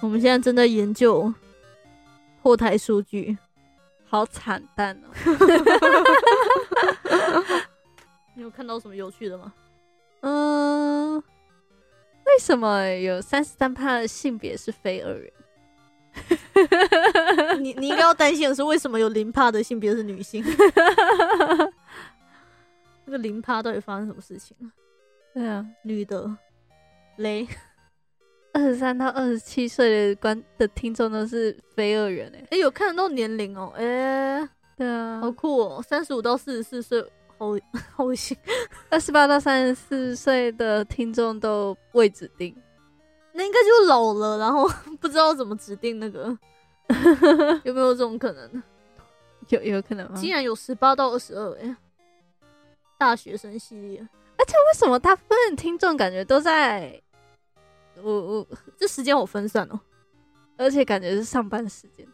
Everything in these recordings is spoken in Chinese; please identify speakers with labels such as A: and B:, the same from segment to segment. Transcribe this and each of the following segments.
A: 我们现在正在研究后台数据，
B: 好惨淡 哦。
A: 你有看到什么有趣的吗？
B: 嗯，为什么有三十三趴的性别是非二元？
A: 你你应该要担心的是，为什么有零趴的性别是女性？ 那个零趴到底发生什么事情了？
B: 对啊，
A: 女的雷，哎、
B: 二十三到二十七岁的观的听众都是非二元哎、
A: 有看得到年龄哦、哎、
B: 对啊
A: 好酷哦、三十五到四十四岁，好好恶心。
B: 二十八到三十四岁的听众都未指定，
A: 那应该就老了，然后 不知道怎么指定 那个，有没有这种可能？
B: 有有可能吗？
A: 竟然有十八到二十二，哎，大学生系列，
B: 为什么大部分听众感觉都在我我，
A: 这时间我分散哦，
B: 而且感觉是上班时间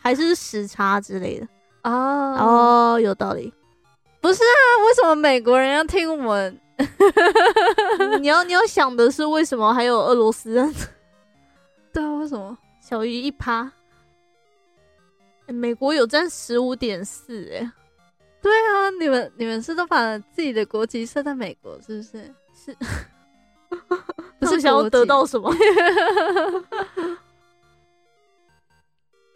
A: 还是时差之类的？
B: 哦哦，
A: 哦，有道理。
B: 不是啊，为什么美国人要听我们？
A: 你要你要想的是，为什么还有俄罗斯人
B: 对啊，为什么？
A: 小于一趴？欸美国有占十五点四，哎，
B: 对啊，你们你们是都把自己的国籍设在美国，是不是？
A: 是，
B: 不
A: 他
B: 是
A: 们想要
B: 国
A: 得
B: 籍
A: 到什 么？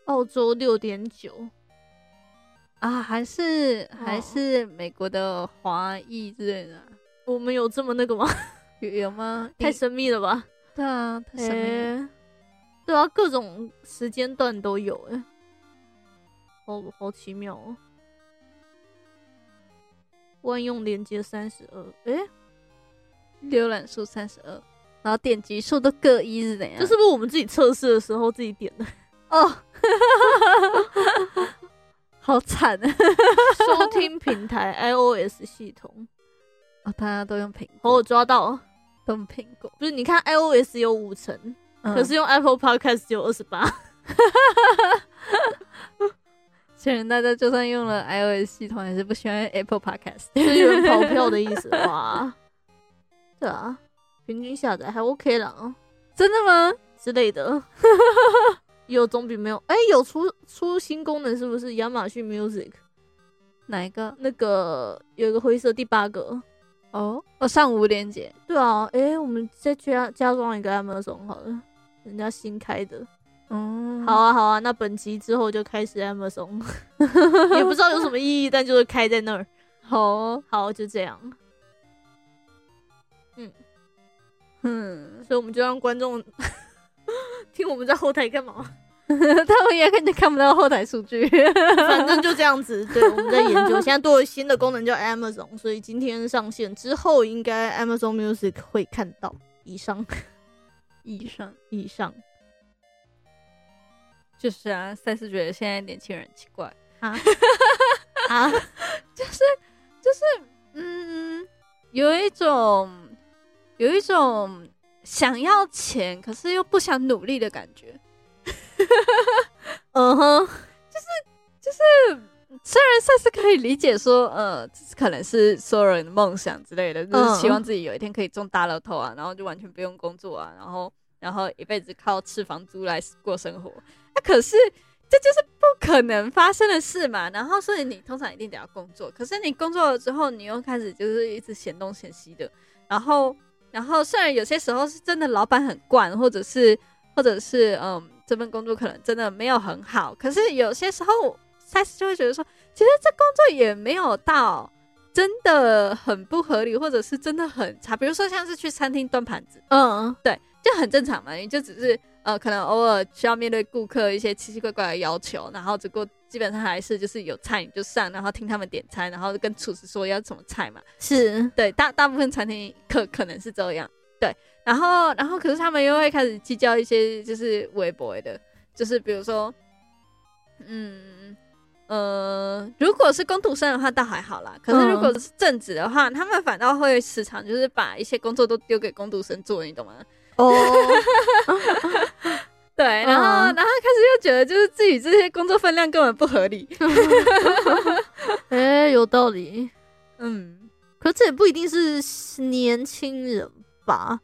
A: 澳洲六点九，
B: 啊，还是还
A: 哦
B: 是美国的华裔之类的啊，
A: 我们有这么那个吗？
B: 有有吗？
A: 太
B: 你
A: 神秘了吧？
B: 对啊，太神秘了
A: 欸对啊，各种时间段都有哎、好好奇妙哦。万用连接三十二，哎，
B: 浏览数三十二，然后点击数都各一是怎样？
A: 这是不是我们自己测试的时候自己点 的？
B: 哦， 好惨啊！
A: 收听平台 iOS 系统，
B: 哦，大家都用苹
A: 哦，我
B: 果，
A: 抓到哦，
B: 都用苹果，嗯
A: 不是？你看 iOS 有五成，可
B: 可
A: 是
B: 是
A: 用 Apple Podcast 只有二十八，
B: 显然大家就算用了 iOS 系统，还是不喜欢 Apple Podcast。
A: 就是有人跑票的意 思哇。对啊，平均下载还 OK 了啊。
B: 真的吗？
A: 之类的， 有总比没有。哎、有出出新功能是不是？亚马逊 Music
B: 哪一个？
A: 那个有一个灰色第八个，
B: 哦，哦，上五连接，
A: 对啊，哎、我们再加加装一个 Amazon 好了，人家新开的。
B: 嗯，
A: 好，啊，好啊，那本集之后就开始 Amazon，也不知道有什么意义，但就是开在那儿。
B: 好哦，
A: 好，就这样，
B: 嗯，
A: 所以我们就让观众 听我们在后台干嘛。
B: 他们压根就看不到后台数据。
A: 反正就这样子，对，我们在研究。现在多了新的功能叫 Amazon，所以今天上线之后，应该 Amazon Music 会看到。以上，
B: 以上
A: 以上
B: 就是啊，赛斯觉得现在年轻人很奇怪，
A: 啊，
B: 嗯，有一种有一种想要钱，可是又不想努力的感觉。
A: 嗯哼，
B: 虽然赛斯可以理解说，呃，这是可能是所有人的梦想之类的，就是
A: 嗯
B: 希望自己有一天可以中大乐透啊，然后就完全不用工作啊，然后然后一辈子靠吃房租来过生活。那、可是这就是不可能发生的事嘛。然后所以你通常一定得要工作，可是你工作了之后，你又开始就是一直嫌东嫌西的，然后然后虽然有些时候是真的老板很惯，或者是或者是嗯这份工作可能真的没有很好，可是有些时候赛斯就会觉得说，其实这工作也没有到真的很不合理，或者是真的很差。比如说像是去餐厅端盘子，
A: 嗯，
B: 对，就很正常嘛，你就只是呃可能偶尔需要面对顾客一些奇奇怪怪的要求，然后只不过基本上还是就是有菜你就上，然后听他们点餐，然后跟厨师说要什么菜嘛。
A: 是，
B: 对，大大部分餐厅可可能是这样，对。然后，然后可是他们又会开始计较一些就是微博的，就是比如说，嗯呃，如果是工读生的话倒还好啦，可是如果是正职的话，他们反倒会时常就是把一些工作都丢给工读生做，你懂吗？
A: 哦，
B: 对，然后、
A: 嗯
B: 然后开始又觉得就是自己这些工作分量根本不合理，
A: 哎，有道理。
B: 嗯
A: 可这也不一定是年轻人吧？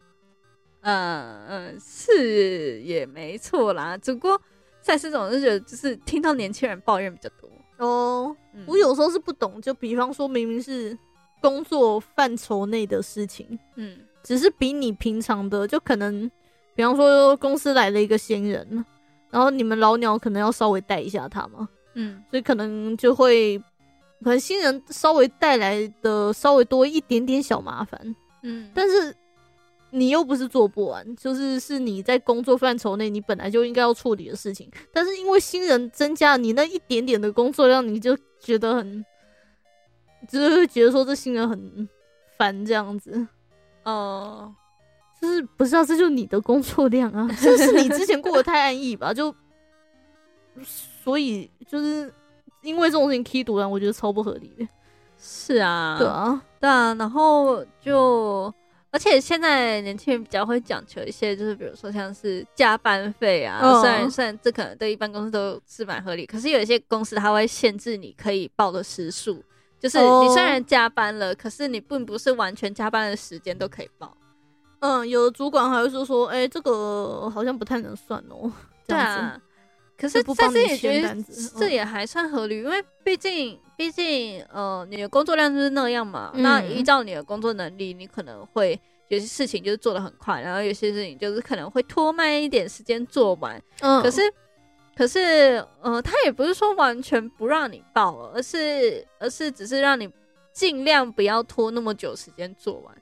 B: 嗯嗯，是也没错啦，只不过赛斯总是觉得就是听到年轻人抱怨比较多。
A: 哦，
B: 嗯
A: 我有时候是不懂，就比方说明明是工作范畴内的事情，
B: 嗯
A: 只是比你平常的就可能，比方说公司来了一个新人，然后你们老鸟可能要稍微带一下他嘛，
B: 嗯
A: 所以可能就会，可能新人稍微带来的稍微多一点点小麻烦，
B: 嗯，
A: 但是你又不是做不完，就是是你在工作范畴内你本来就应该要处理的事情，但是因为新人增加你那一点点的工作量，你就觉得很，就是会觉得说这新人很烦这样子。
B: 哦，
A: 就是不是啊？这就是你的工作量 啊！这是你之前过得太安逸吧？就所以就是因为这种事情踢独狼，我觉得超不合理的。
B: 是啊，
A: 对啊，
B: 对啊，然后就，而且现在年轻人比较会讲求一些，就是比如说像是加班费啊，
A: 嗯
B: 虽然虽然这可能对一般公司都是蛮合理，可是有一些公司它会限制你可以报的时数，就是
A: 哦
B: 你虽然加班了，可是你并不是完全加班的时间都可以报。
A: 嗯，有的主管还会说说，哎、这个好像不太能算哦。这
B: 对
A: 样子，
B: 啊，可
A: 就是不
B: 但
A: 帮
B: 是
A: 你
B: 也觉
A: 签
B: 得
A: 单子
B: 这
A: 嗯
B: 也还算合理，因为毕竟毕竟呃你的工作量就是那样嘛，
A: 嗯
B: 那依照你的工作能力，你可能会有些事情就是做的很快，然后有些事情就是可能会拖慢一点时间做完，
A: 嗯，
B: 可是。可是，呃，他也不是说完全不让你报，而是而是只是让你尽量不要拖那么久时间做完。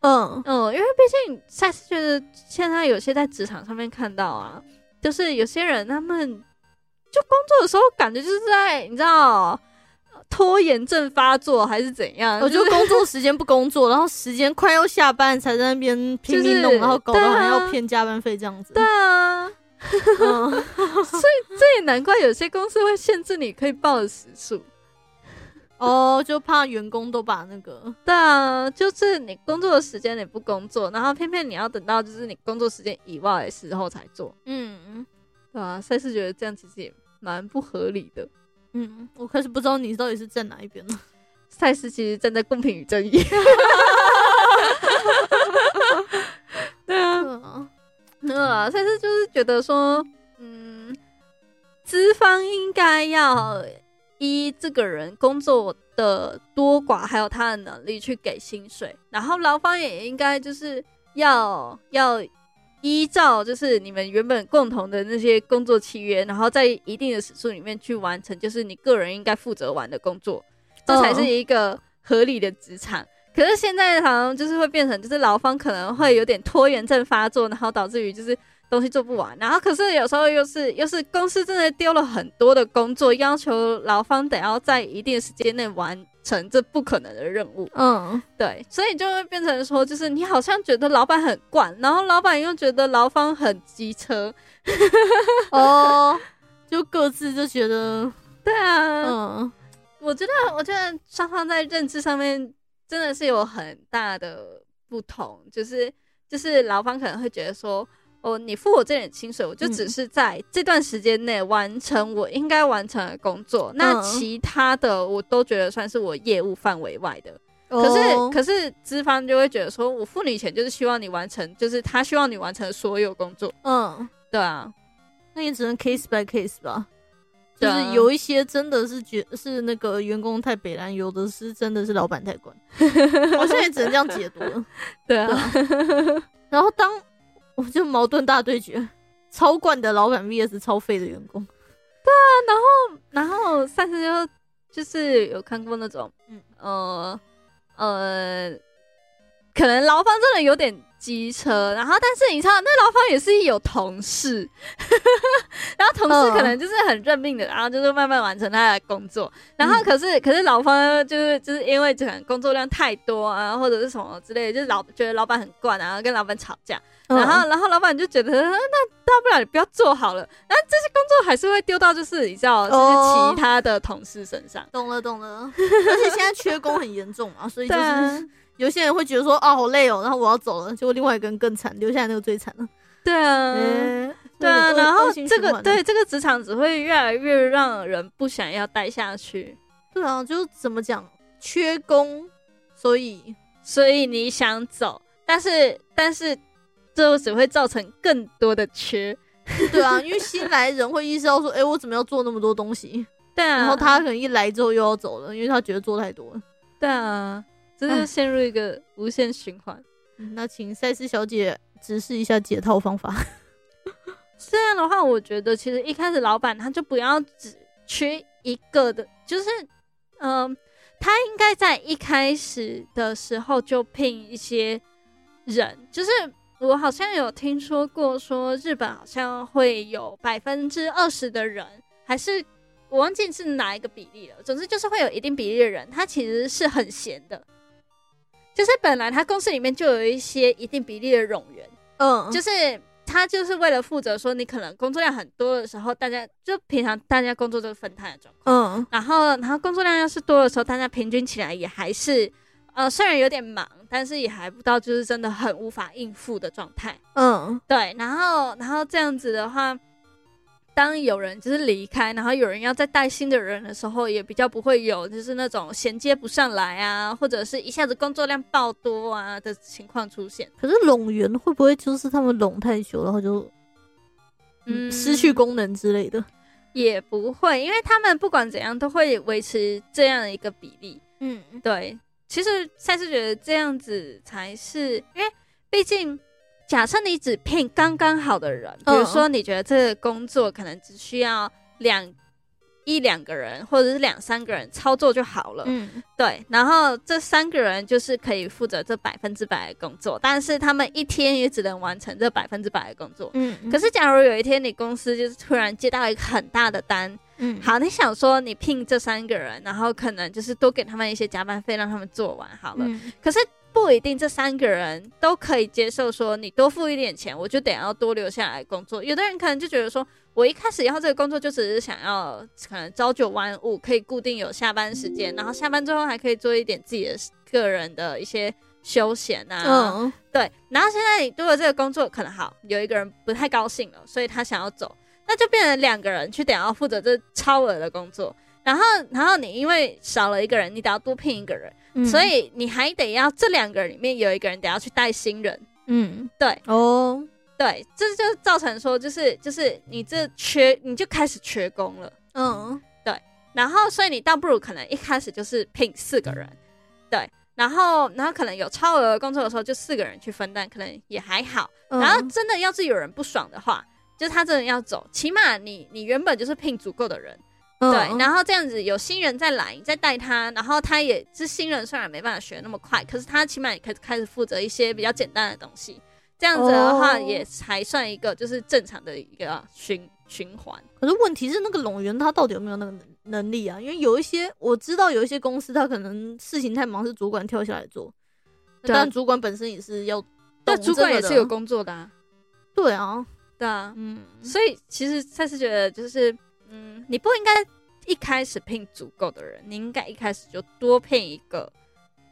A: 嗯
B: 嗯，因为毕竟赛斯觉得现在有些在职场上面看到啊，就是有些人他们就工作的时候感觉就是在你知道拖延症发作还是怎样，
A: 嗯我就是工作时间不工作，然后时间快要下班才在那边拼命弄，
B: 就是
A: 然后搞得好像
B: 对
A: 要
B: 啊
A: 骗加班费这样子。
B: 对啊，
A: 嗯，
B: 这也难怪有些公司会限制你可以报的时数。
A: 哦，就怕员工都把那个，
B: 对啊，就是你工作的时间你不工作，然后偏偏你要等到就是你工作时间以外的时候才做，
A: 嗯
B: 对啊，赛斯觉得这样其实也蛮不合理的。
A: 嗯，我开始不知道你到底是站哪一边了。
B: 赛斯其实站在公平与正义。 对啊，
A: 对啊
B: 那赛斯就是觉得说，嗯，资方应该要依这个人工作的多寡，还有他的能力去给薪水，然后劳方也应该就是要要依照就是你们原本共同的那些工作契约，然后在一定的时数里面去完成，就是你个人应该负责完的工作，这才是一个合理的职场。可是现在好像就是会变成，就是劳方可能会有点拖延症发作，然后导致于就是东西做不完，然后可是有时候又是又是公司真的丢了很多的工作，要求劳方得要在一定的时间内完成这不可能的任务，
A: 嗯，
B: 对，所以就会变成说，就是你好像觉得老板很惯，然后老板又觉得劳方很机车，
A: 哦，就各自就觉得，
B: 对啊，
A: 嗯
B: 我觉得，我觉得双方在认知上面真的是有很大的不同，就是就是劳方可能会觉得说，哦，你付我这点薪水，我就只
A: 嗯
B: 是在这段时间内完成我应该完成的工作，那
A: 嗯
B: 其他的我都觉得算是我业务范围外的。
A: 哦，
B: 可是可是资方就会觉得说，我付你钱就是希望你完成，就是他希望你完成的所有工作，
A: 嗯，
B: 对啊，
A: 那也只能 case by case 吧。就
B: 对啊
A: 是有一些真的是觉是那个员工太北蓝，有的是真的是老板太管，好像也只能这样解读了。
B: 对啊，
A: 然后当我就矛盾大对决，超惯的老板 VS 超废的员工，
B: 然后上次就就是有看过那种，嗯
A: 嗯
B: 呃呃，可能劳方真的有点机车，然后但是你知道，那劳方也是有同事， 然后同事
A: 嗯
B: 可能就是很认命的，然后就是慢慢完成他的工作，然后可是、可是劳方就是就是因为可能工作量太多啊，或者是什么之类的，就是老觉得老板很惯啊，然后跟老板吵架，然
A: 嗯
B: 后，然后老板就觉得，呃那大不了你不要做好了，那这些工作还是会丢到就是你知道，就是
A: 哦
B: 其他的同事身上。
A: 懂了懂了，而且现在缺工很严重嘛，所以就
B: 对啊
A: 是有些人会觉得说啊好累哦，然后我要走了，结果另外一个人更惨，留下来那个最惨了。
B: 对啊，
A: 嗯，
B: 对啊，
A: 有点恶
B: 然后
A: 恶性
B: 这
A: 循
B: 个
A: 环
B: 对这个职场只会越来越让人不想要待下去，
A: 对啊，就是怎么讲，缺工，所以
B: 所以你想走，但是但是最后只会造成更多的缺。
A: 对啊，因为新来人会意识到说，哎、我怎么要做那么多东西？
B: 对啊，
A: 然后他可能一来之后又要走了，因为他觉得做太多了。
B: 对啊，真
A: 唉
B: 的陷入一个无限循环。
A: 嗯那请赛斯小姐指示一下解套方法。
B: 这样的话，我觉得其实一开始老板他就不要只缺一个的，就是嗯、他应该在一开始的时候就聘一些人，就是我好像有听说过，说日本好像会有百分之二十的人，还是我忘记是哪一个比例了，总之就是会有一定比例的人，他其实是很闲的，就是本来他公司里面就有一些一定比例的冗员。
A: 嗯，
B: 就是是他就是为了负责说你可能工作量很多的时候，大家就平常大家工作都是分摊的状况，
A: 嗯
B: 然后然后工作量要是多的时候，大家平均起来也还是呃虽然有点忙，但是也还不到就是真的很无法应付的状态。
A: 嗯
B: 对，然后然后这样子的话。当有人就是离开，然后有人要再带新的人的时候，也比较不会有就是那种衔接不上来啊，或者是一下子工作量爆多啊的情况出现。
A: 可是拢员会不会就是他们拢太久，然后就嗯失去功能之类的？
B: 也不会，因为他们不管怎样都会维持这样的一个比例。
A: 嗯
B: 对，其实赛斯觉得这样子才是，因为毕竟假设你只聘刚刚好的人，比
A: 嗯
B: 如说你觉得这个工作可能只需要两一两个人或者是两三个人操作就好了，
A: 嗯
B: 对，然后这三个人就是可以负责这百分之百的工作，但是他们一天也只能完成这百分之百的工作。
A: 嗯
B: 可
A: 是
B: 是，假如有一天你公司就是突然接到一个很大的单，
A: 嗯
B: 好，你想说你聘这三个人，然后可能就是多给他们一些加班费，让他们做完好了。
A: 嗯
B: 可是不一定这三个人都可以接受，说你多付一点钱，我就得要多留下来工作。有的人可能就觉得说，我一开始要这个工作就只是想要可能朝九晚五，可以固定有下班时间，然后下班之后还可以做一点自己的个人的一些休闲啊，
A: 嗯
B: 对，然后现在你做了这个工作，可能好有一个人不太高兴了，所以他想要走，那就变成两个人去得要负责这超额的工作。然后，然后你因为少了一个人，你得要多聘一个人，
A: 嗯
B: 所以你还得要这两个人里面有一个人得要去带新人。
A: 嗯
B: 对
A: 哦
B: 对，这就造成说，就是就是你这缺，你就开始缺工了。
A: 嗯
B: 然后，所以你倒不如可能一开始就是聘四个人，对，然后然后可能有超额的工作的时候，就四个人去分担，可能也还好。
A: 嗯
B: 然后真的要是有人不爽的话，就是他真的要走，起码你你原本就是聘足够的人，对，
A: 后
B: 然后这样子有新人再来，你再带他，然后他也是新人，虽然没办法学那么快，可是他起码也开始开始负责一些比较简单的东西，这样子的话
A: 哦
B: 也才算一个就是正常的一个循循环。
A: 可是问题是那个拢员他到底有没有那个能能力啊？因为有一些我知道有一些公司他可能事情太忙是主管跳下来做，
B: 对啊
A: 但主管本身也是要
B: 但
A: 懂
B: 主管
A: 这
B: 也
A: 个的
B: 是有工作的、啊，
A: 对啊，
B: 对啊，
A: 嗯
B: 所以其实赛斯觉得就是，嗯，你不应该一开始聘足够的人，你应该一开始就多聘一个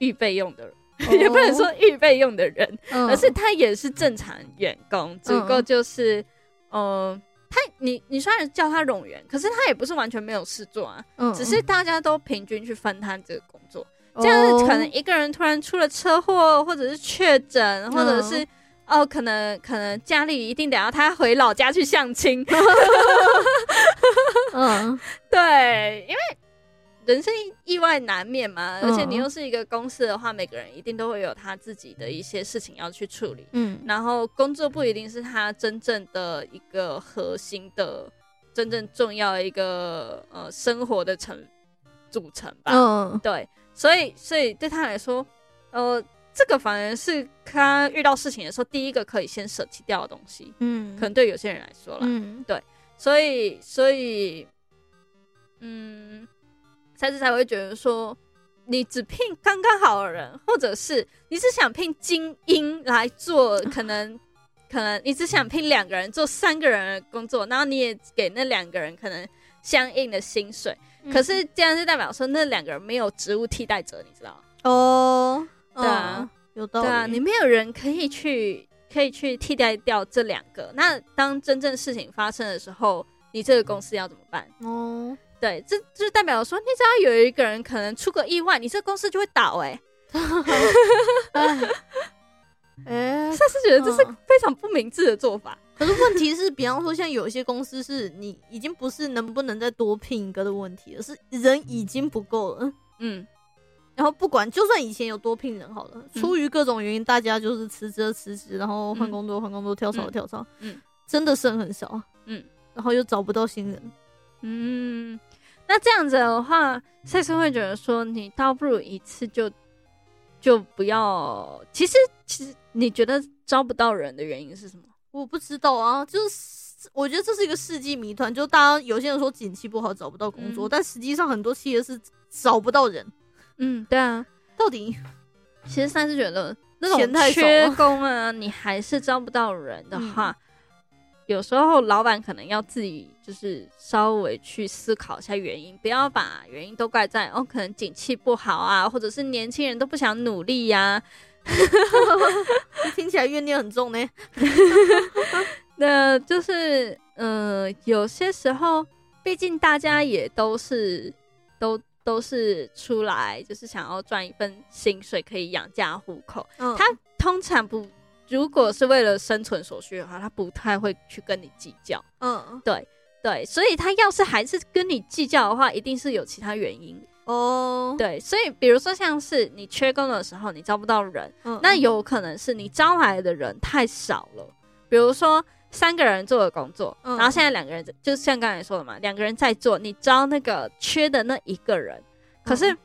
B: 预备用的人， 也不能说预备用的人，
A: 哦嗯，
B: 而是他也是正常员工，只不过就是，嗯。他，你你虽然叫他冗员，可是他也不是完全没有事做啊，
A: 嗯
B: 只是大家都平均去分摊这个工作，这样子
A: 哦
B: 可能一个人突然出了车祸，或者是确诊，或者
A: 嗯
B: 是、哦，可能可能家里一定得要他回老家去相亲，
A: 嗯
B: 对，因为人生意外难免嘛，
A: 嗯
B: 而且你又是一个公司的话，每个人一定都会有他自己的一些事情要去处理，
A: 嗯
B: 然后工作不一定是他真正的一个核心的、真正重要的一个呃生活的成组成吧，
A: 嗯
B: 对，所以所以对他来说，呃，这个反而是他遇到事情的时候第一个可以先舍弃掉的东西，
A: 嗯
B: 可能对有些人来说啦。
A: 嗯
B: 所以所以，嗯，才子才会觉得说，你只聘刚刚好的人，或者是你只想聘精英来做，可能。 可能你只想聘两个人做三个人的工作，然后你也给那两个人可能相应的薪水，
A: 嗯
B: 可是这样就代表说那两个人没有职务替代者，你知道吗？
A: 哦，
B: 对啊
A: 嗯，有道理，
B: 对啊，你没有人可以去可以去替代掉这两个。那当真正事情发生的时候，你这个公司要怎么办？
A: 哦，
B: 对，这就代表说，你只要有一个人哎可能出个意外，你这个公司就会倒、欸。
A: 唉 哎、
B: 萨斯觉得这是
A: 嗯
B: 非常不明智的做法。
A: 可是问题是，比方说像有一些公司是你已经不是能不能再多聘一个的问题了，是人已经不够了。
B: 嗯，
A: 然后不管，就算以前有多聘人好了，
B: 嗯
A: 出于各种原因，大家就是辞职的辞职，然后换
B: 嗯
A: 工作换工作，跳槽的
B: 嗯
A: 跳槽，
B: 嗯
A: 真的剩很少，
B: 嗯，
A: 然后又找不到新人，
B: 嗯，那这样子的话，赛斯会觉得说，你倒不如一次就就不要。其实，其实你觉得招不到人的原因是什么？
A: 我不知道啊，就是我觉得这是一个世纪谜团，就大家有些人说景气不好找不到工作，
B: 嗯
A: 但实际上很多企业是找不到人，
B: 嗯，对啊，
A: 到底
B: 其实赛斯觉得那
A: 钱太
B: 种
A: 少
B: 缺
A: 了
B: 工啊，你还是招不到人的话，
A: 嗯
B: 有时候老板可能要自己就是稍微去思考一下原因，不要把原因都怪在哦，可能景气不好啊，或者是年轻人都不想努力呀、
A: 听起来怨念很重呢？
B: 那就是，呃，有些时候，毕竟大家也都是都都是出来，就是想要赚一份薪水，可以养家糊口。
A: 嗯，
B: 他通常不，如果是为了生存所需的话，他不太会去跟你计较。
A: 嗯
B: 对，所以他要是还是跟你计较的话，一定是有其他原因。
A: 哦，
B: 对，所以比如说像是你缺工的时候，你招不到人，
A: 嗯，
B: 那有可能是你招来的人太少了，比如说三个人做的工作，
A: 嗯
B: 然后现在两个人在，就像刚才说的嘛，两个人在做，你招那个缺的那一个人，可是。
A: 嗯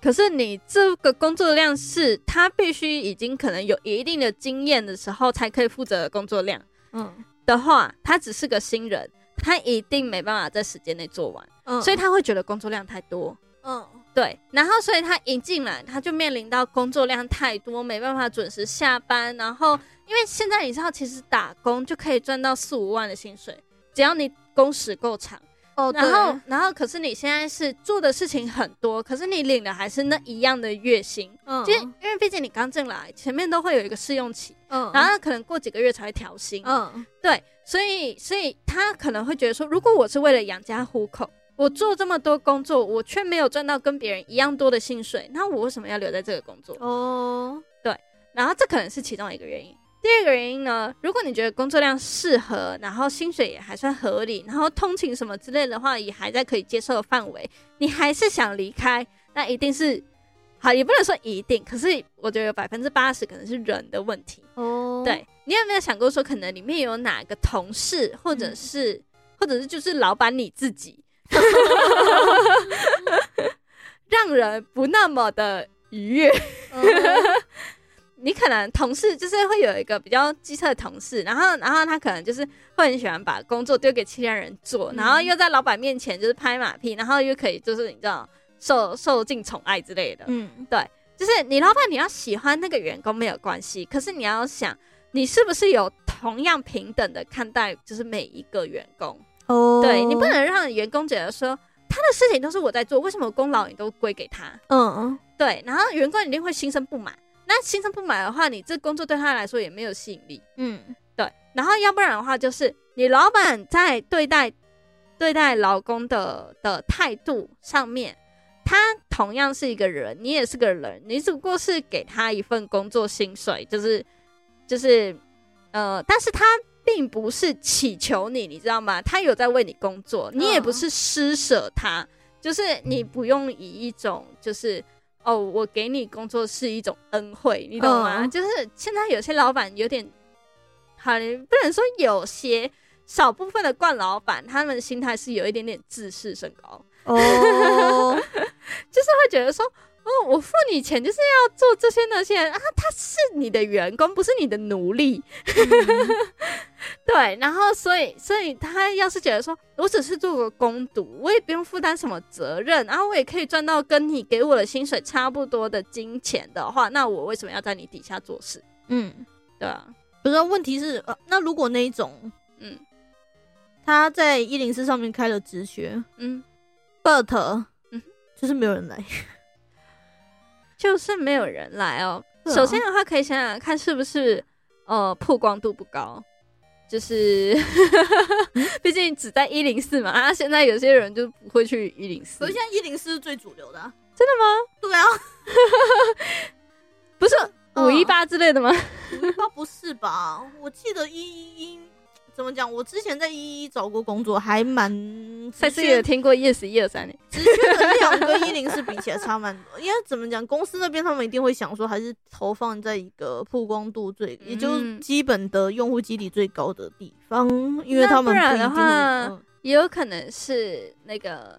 B: 可是你这个工作量是他必须已经可能有一定的经验的时候才可以负责的工作量
A: 嗯
B: 的话，他只是个新人，他一定没办法在时间内做完，
A: 嗯，
B: 所以他会觉得工作量太多。
A: 嗯
B: 对，然后所以他一进来，他就面临到工作量太多，没办法准时下班。然后因为现在你知道，其实打工就可以赚到四五万的薪水，只要你工时够长。
A: 哦，
B: 然后
A: 对，
B: 然后可是你现在是做的事情很多，可是你领的还是那一样的月薪，
A: 嗯，
B: 就是因为毕竟你刚进来，前面都会有一个试用期，
A: 嗯，
B: 然后可能过几个月才会调薪。
A: 嗯
B: 对，所以所以他可能会觉得说，如果我是为了养家糊口，我做这么多工作，我却没有赚到跟别人一样多的薪水，那我为什么要留在这个工作？
A: 哦，
B: 然后这可能是其中一个原因。第二个原因呢，如果你觉得工作量适合，然后薪水也还算合理，然后通勤什么之类的话也还在可以接受的范围，你还是想离开，那一定是好，也不能说一定，可是我觉得有百分之八十可能是人的问题。
A: 哦，
B: 对你有没有想过说，可能里面有哪个同事，或
A: 嗯
B: 者是、或者是就是老板你自己， 让人不那么的愉悦。
A: 嗯，
B: 你可能同事就是会有一个比较机车的同事，然后然后他可能就是会很喜欢把工作丢给其他人做，
A: 嗯
B: 然后又在老板面前就是拍马屁，然后又可以就是你知道受受尽宠爱之类的。
A: 嗯，
B: 就是你老板你要喜欢那个员工没有关系，可是你要想你是不是有同样平等的看待，就是每一个员工。
A: 哦，
B: 对你不，能让员工觉得说他的事情都是我在做，为什么功劳你都归给他？
A: 嗯
B: 对，然后员工一定会心生不满。那心生不满的话，你这工作对他来说也没有吸引力。
A: 嗯
B: 对，然后要不然的话，就是你老板在对待对待劳工的的态度上面，他同样是一个人，你也是个人，你只不过是给他一份工作薪水，就是就是呃，但是他并不是祈求你，你知道吗？他有在为你工作，你也不是施舍他，就是你不用以一种就是。哦，我给你工作是一种恩惠，你懂吗？
A: 嗯
B: 就是现在有些老板有点好，你不能说有些少部分的惯老板，他们心态是有一点点自视甚高，
A: 哦，
B: 会觉得说，哦，我付你钱就是要做这些那些啊，他是你的员工，不是你的奴隶， 对。然后，所以，所以他要是觉得说我只是做个工读，我也不用负担什么责任，然后我也可以赚到跟你给我的薪水差不多的金钱的话，那我为什么要在你底下做事？
A: 嗯，
B: 对啊，
A: 不是，问题是，呃那如果那一种
B: 嗯
A: 他在一零四上面开了直缺
B: 嗯，
A: ，but，
B: 嗯
A: 就是没有人来，
B: 就是没有人来哦。
A: 对啊
B: 首先的话，可以想想看是不是呃曝光度不高，就是 毕竟只在一零四嘛，啊，现在有些人就不会去一零四
A: 可是，现在一零四是最主流的啊，
B: 真的吗？
A: 对啊，
B: 不是，
A: 嗯
B: 五一八之类的吗？
A: 五一八啊不是吧？我记得一一一怎么讲？我之前在一一找过工作，还蛮
B: 赛
A: 直
B: 斯也
A: 缺
B: 有
A: 的，
B: 听过 yes 一二三呢。
A: 直 缺的量跟一零四比起来差蛮多。因为怎么讲，公司那边他们一定会想说，还是投放在一个曝光度最，也就是
B: 嗯
A: 基本的用户基底最高的地方，因为他们
B: 那不然
A: 一定
B: 的
A: 会
B: 话
A: 嗯
B: 也有可能是那个，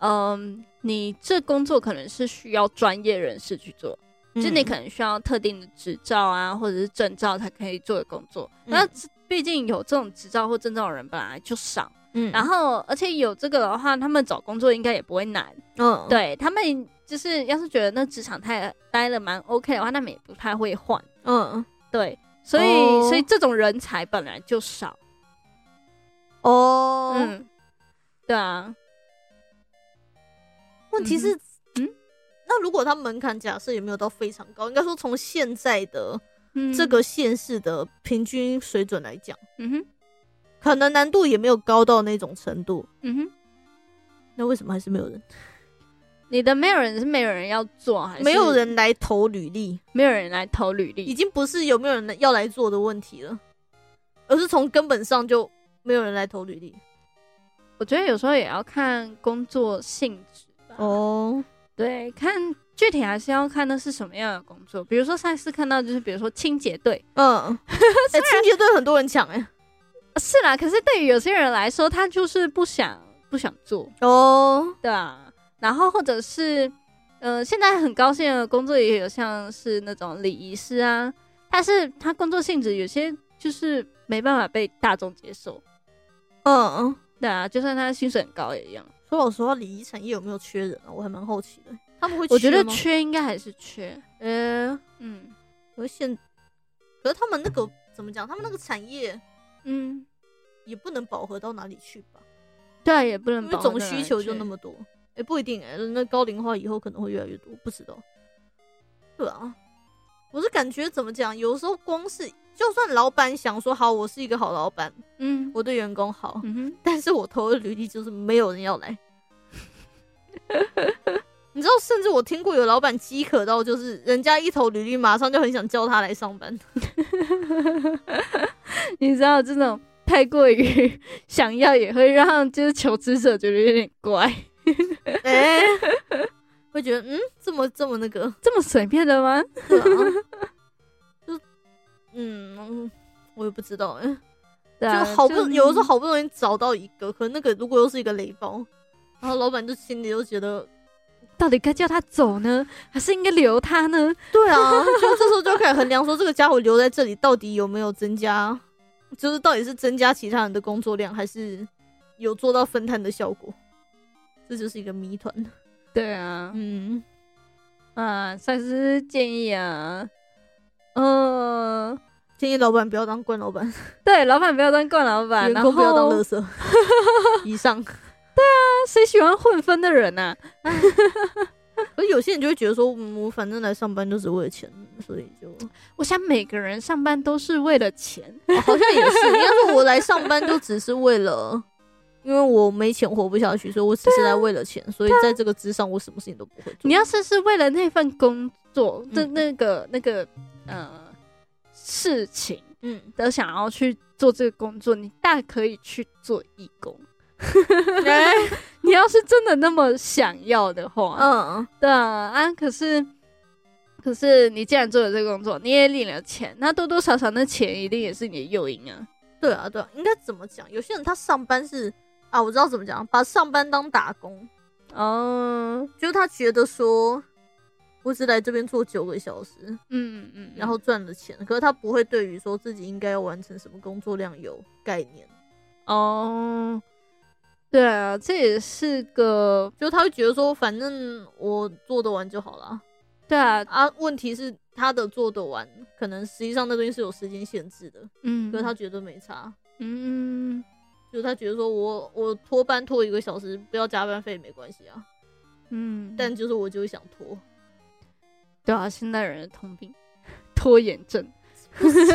B: 嗯，你这工作可能是需要专业人士去做，就你
A: 嗯
B: 可能需要特定的执照啊，或者是证照才可以做的工作。
A: 嗯
B: 那这毕竟有这种执照或证照的人本来就少，
A: 嗯，
B: 然后而且有这个的话，他们找工作应该也不会难。
A: 嗯，
B: 对他们就是要是觉得那职场太待了蛮 OK 的话，他们也不太会换。
A: 嗯
B: 对，所以、
A: 哦
B: 所以这种人才本来就少。
A: 哦，
B: 嗯，对啊，
A: 问题是，
B: 嗯哼，
A: 那如果他门槛假设也没有到非常高，应该说从现在的
B: 嗯
A: 这个县市的平均水准来讲，
B: 嗯哼，
A: 可能难度也没有高到那种程度。
B: 嗯哼，
A: 那为什么还是没有人？
B: 你的没有人是没有人要做，还是
A: 没有人来投履历，
B: 没有人来投履
A: 已
B: 历？
A: 经不是有没有人来要来做的问题了，而是从根本上就没有人来投履历。
B: 我觉得有时候也要看工作性质吧。，
A: 哦，
B: 对，看具体还是要看那是什么样的工作。比如说上一次看到就是，比如说清洁队，
A: 嗯，哎、清洁队很多人抢哎、
B: 是啦，可是对于有些人来说，他就是不想不想做，
A: 哦，
B: 对啊。然后或者是，呃，现在很高兴的工作也有像是那种礼仪师啊，但是他工作性质有些就是没办法被大众接受，
A: 嗯，
B: 对啊，就算他薪水很高也一样。
A: 说老实话，礼仪产业有没有缺人啊？我还蛮好奇的。他们会
B: 我觉得
A: 吗
B: 缺应该还是缺，
A: 呃，
B: 嗯
A: 可是现，可是他们那个怎么讲？他们那个产业
B: 嗯，
A: 也不能饱和到哪里去吧？
B: 对啊，也不能
A: 因为
B: 保证
A: 总需求就那么多，也、不一定哎、那高龄化以后可能会越来越多，不知道。对啊，我是感觉怎么讲？有时候光是就算老板想说好，我是一个好老板，
B: 嗯
A: 我对员工好，
B: 嗯哼，
A: 但是我投的履历就是没有人要来。 你知道，甚至我听过有老板饥渴到，就是人家一投履历，马上就很想叫他来上班。
B: 你知道这种太过于 想要也会让就是求职者觉得有点怪，
A: 哎、会觉得嗯，这么这么那个，
B: 这么随便的吗？
A: 对 啊，就嗯，我也不知道哎、
B: 对啊，
A: 就好不有的时候好不容易找到一个，可那个如果又是一个雷包，然后老板就心里就觉得，
B: 到底该叫他走呢，还是应该留他呢？
A: 对啊， 就这时候就开始衡量说，这个家伙留在这里到底有没有增加，就是到底是增加其他人的工作量，还是有做到分摊的效果。这就是一个谜团，
B: 对啊，
A: 嗯，
B: 啊，赛斯建议啊，嗯、
A: 建议老板不要当官老板，
B: 对，老板不要当惯老板，
A: 员
B: 然
A: 工不要当
B: 后
A: 乐 色。以上，
B: 那谁喜欢混分的人啊？
A: 可是有些人就会觉得说，嗯我反正来上班就是为了钱，所以就哦
B: 我想每个人上班都是为了 钱，
A: 好像也是，应该说我来上班就只是为了，因为我没钱活不下去，所以我只是来为了钱，所以在这个之上，我什么事情都不会做。
B: 你要是是为了那份工作的
A: 嗯
B: 那个、那个呃事情
A: 嗯，
B: 而想要去做这个工作，你大可以去做义 工。
A: 嗯
B: 你要是真的那么想要的话，
A: 嗯，
B: 对啊，啊，可是，可是你既然做了这个工作，你也领了钱，那多多少少那钱一定也是你的诱因啊。
A: 对啊，对啊，应该怎么讲？有些人他上班是啊，我知道怎么讲，把上班当打工，
B: 哦，
A: 就是他觉得说。我只来这边做九个小时，
B: 嗯嗯，
A: 然后赚了钱，可是他不会对于说自己应该要完成什么工作量有概念，
B: 哦，对啊，这也是个
A: 就是他会觉得说，反正我做得完就好了。
B: 对啊，
A: 啊，问题是他的做得完，可能实际上那东西是有时间限制的，
B: 嗯，
A: 可是他觉得没差，
B: 嗯，
A: 就是他觉得说我我拖班拖一个小时，不要加班费没关系啊，
B: 嗯嗯，
A: 但就是我就是想拖，
B: 对啊，现代人的通病，拖延症。
A: 不就是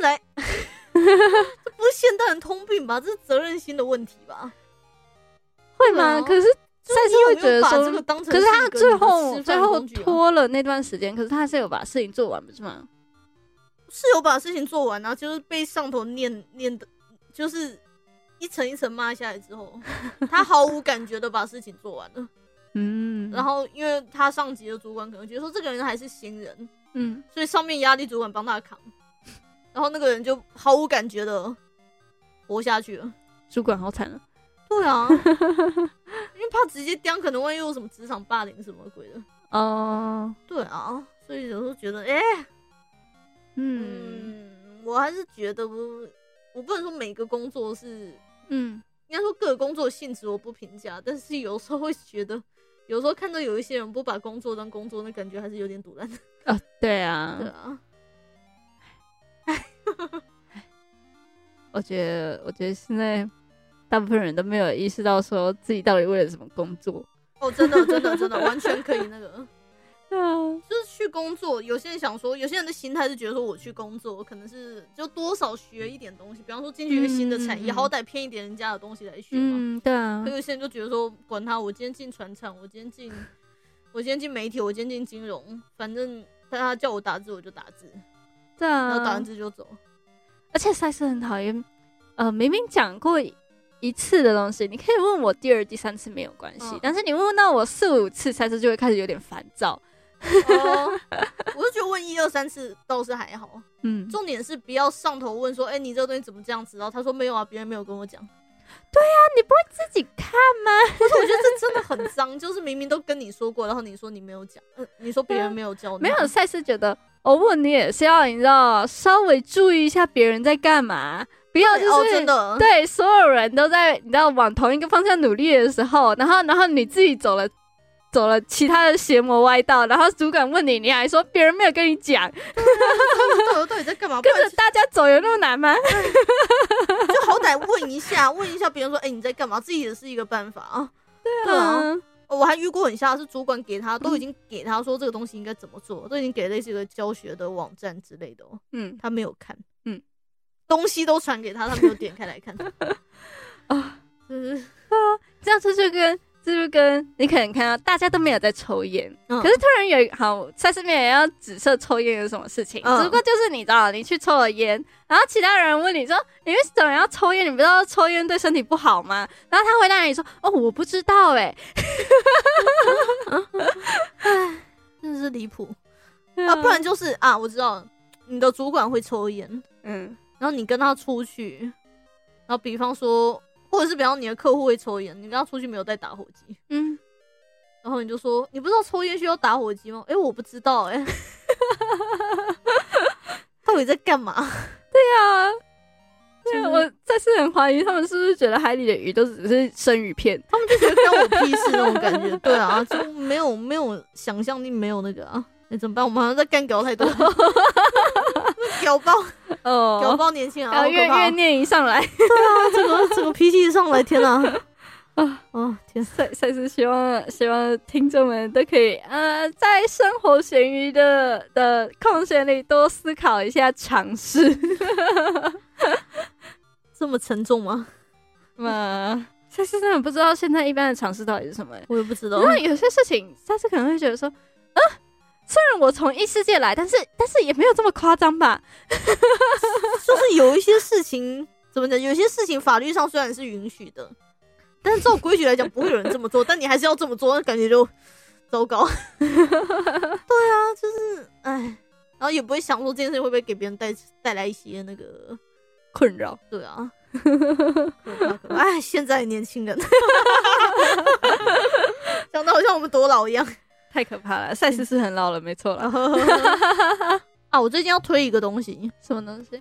A: 来，这不是现代人通病吧？这是责任心的问题吧？
B: 会
A: 对啊
B: 吗？可是
A: 就
B: 赛
A: 是
B: 事
A: 你有
B: 会
A: 没
B: 觉
A: 有
B: 得
A: 把
B: 说
A: 这个当成
B: 可是
A: 一
B: 他
A: 个
B: 最
A: 你的
B: 后
A: 吃
B: 最
A: 饭
B: 后
A: 工具啊
B: 拖了那段时间，可是他还是有把事情做完，不是吗？
A: 是有把事情做完啊，就是被上头念念的，就是一层一层骂下来之后，他毫无感觉的把事情做完了。
B: 嗯
A: 然后因为他上级的主管可能觉得说这个人还是新人，
B: 嗯，
A: 所以上面压力主管帮他扛，然后那个人就毫无感觉的活下去了。
B: 主管好惨啊！
A: 对啊， 因为怕直接刁，可能万一有什么职场霸凌什么鬼的。
B: 哦，
A: 对啊，所以有时候觉得，哎、
B: 嗯
A: 嗯，我还是觉得我我不能说每个工作是
B: 嗯
A: 应该说各个工作性质我不评价，但是有时候会觉得，有时候看到有一些人不把工作当工作，那感觉还是有点堵烂。
B: 啊，对啊
A: 对，啊，
B: 我觉得我觉得现在大部分人都没有意识到说自己到底为了什么工作。
A: 哦，真的真的真的完全可以那个，
B: 嗯
A: 就是去工作。有些人想说，有些人的心态是觉得说我去工作，可能是就多少学一点东西，比方说进去一个新的产业，
B: 嗯嗯嗯
A: 好歹骗一点人家的东西来学嘛。
B: 嗯，对啊
A: 可，有些人就觉得说，管他，我今天进船厂，我今天进，我今天进媒体，我今天进金融，反正他叫我打字我就打字，
B: 对
A: 然后打
B: 啊
A: 完，字就走。
B: 而且赛事很讨厌，呃，明明讲过一次的东西，你可以问我第二、第三次没有关系，
A: 嗯
B: 但是你问到我四五次，赛事就会开始有点烦躁。
A: 哦， 我就觉得问一二三次倒是还好，
B: 嗯，
A: 重点是不要上头问说，哎、你这个东西怎么这样子？然后他说没有啊，别人没有跟我讲。
B: 自己看
A: 可是我觉得这真的很脏，就是明明都跟你说过，然后你说你没有讲，嗯、你说别人没有教你，
B: 没有赛事觉得，我、问你也是要你知道稍微注意一下别人在干嘛，不要
A: 对
B: 啊就
A: 哦，
B: 是、
A: 真 的，
B: 对，所有人都在你知道往同一个方向努力的时候，然后然后你自己走了走了其他的邪魔歪道，然后主管问你，你还说别人没有跟你 讲，
A: 对，到底在干嘛？不
B: 跟
A: 然
B: 着大家走有那么难吗？
A: 就好歹问一下，问一下别人说，哎、你在干嘛？自己也是一个办法啊。对啊，
B: 嗯
A: 哦我还遇过很像是主管给他都已经给他说这个东西应该怎么做，都已经给类似一个教学的网站之类的哦，
B: 嗯，
A: 他没有看，
B: 嗯，
A: 东西都传给他，他没有点开来看，
B: 啊，
A: 就是
B: 这样这就跟这就跟你可能看到大家都没有在抽烟，
A: 嗯
B: 可是突然有一好，赛事面也要指涉抽烟有什么事情，
A: 嗯
B: 只不过就是你知道，你去抽了烟，然后其他人问你说你为什么要抽烟？你不知道抽烟对身体不好吗？然后他回答你说哦，我不知道哎、
A: 真的是离谱
B: 欸，
A: 啊！不然就是啊，我知道了你的主管会抽烟，
B: 嗯
A: 然后你跟他出去，然后比方说，或者是比方你的客户会抽烟，你跟他出去没有带打火机，
B: 嗯，
A: 然后你就说你不知道抽烟需要打火机吗？哎、我不知道哎、 到底在干嘛？
B: 对啊。对
A: 就
B: 啊，
A: 是
B: 我再次很怀疑他们是不是觉得海里的鱼都只是生鱼 片。
A: 他们就觉得关我屁事那种感 觉，对啊，就没有没有想象力，没有那个啊。哎、怎么办？我们好像在干屌太多了， 屌爆屌
B: 哦，
A: 爆年轻人，
B: 然
A: 好
B: 后
A: 可
B: 越
A: 怕
B: 越
A: 哦
B: 念一上来，
A: 啊这个这个脾气一上来，天 哪！啊啊天！
B: 赛赛事希望希望听众们都可以呃，在生活闲余的的空闲里多思考一下尝试。
A: 这么沉重吗？
B: 嘛，赛事真的不知道现在一般的尝试到底是什么、欸。
A: 我也不知道
B: 因。为有些事情，赛事可能会觉得说，啊，虽然我从异世界来，但是但是也没有这么夸张吧？
A: 就是有一些事情怎么讲，有些事情法律上虽然是允许的，但是照规矩来讲，不会有人这么做，但你还是要这么做，那感觉就糟糕。对啊，就是哎，然后也不会想说这件事情会不会给别人带带来一些那个，
B: 困扰。
A: 对啊。可怕可怕哎，现在的年轻人，讲的好像我们多老一样。
B: 太可怕了，赛斯是很老了，没 错了。
A: 啊，我最近要推一个东西，
B: 什么东西？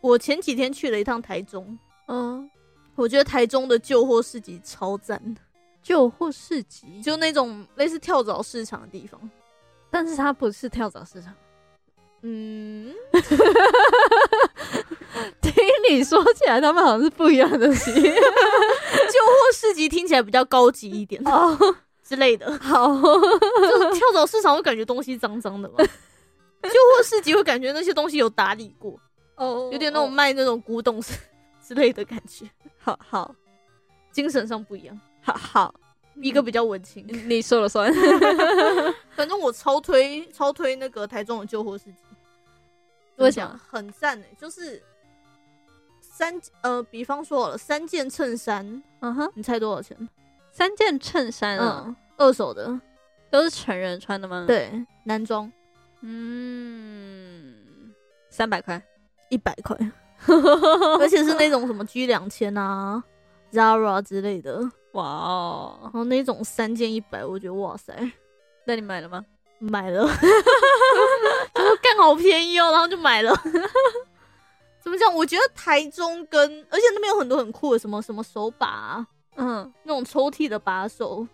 A: 我前几天去了一趟台中，
B: 嗯，
A: 我觉得台中的旧货市集超赞，
B: 旧货市集，
A: 就那种类似跳蚤市场的地方。
B: 但是它不是跳蚤市场。
A: 嗯，
B: 听你说起来，他们好像是不一样的东 西。
A: 旧货市集听起来比较高级一点
B: 哦，
A: 之类 的，
B: 好，
A: 就是跳蚤市场会感觉东西脏脏的嘛，旧货市集会感觉那些东西有打理过，
B: 哦
A: 有点那种，卖那种古 董之类的感觉，
B: 好好
A: 精神上不一样。
B: 好好，
A: 一个比较文青。
B: 你说了算。
A: 反正我超推超推那个台中的救护司机，
C: 为什么
A: 怎讲很赞呢、就是三呃，比方说好了，三件衬衫，
C: 嗯哼，
A: 你猜多少钱？
C: 三件衬衫啊、
A: 嗯，二手的，
C: 都是成人穿的吗？，
A: 对，男装
C: 嗯，三百块，
A: 一百 块，而且是那种什么 G 两千啊、Zara 之类的，
C: 哇哦
A: 然！后那种三件一百，我觉得哇塞，
C: 那你买了吗？
A: 买了， 就是干好便宜哦，然后就买了。 怎么讲？我觉得台中跟而且那边有很多很酷的什么什么手把啊、
C: 嗯，
A: 那种抽屉的把手，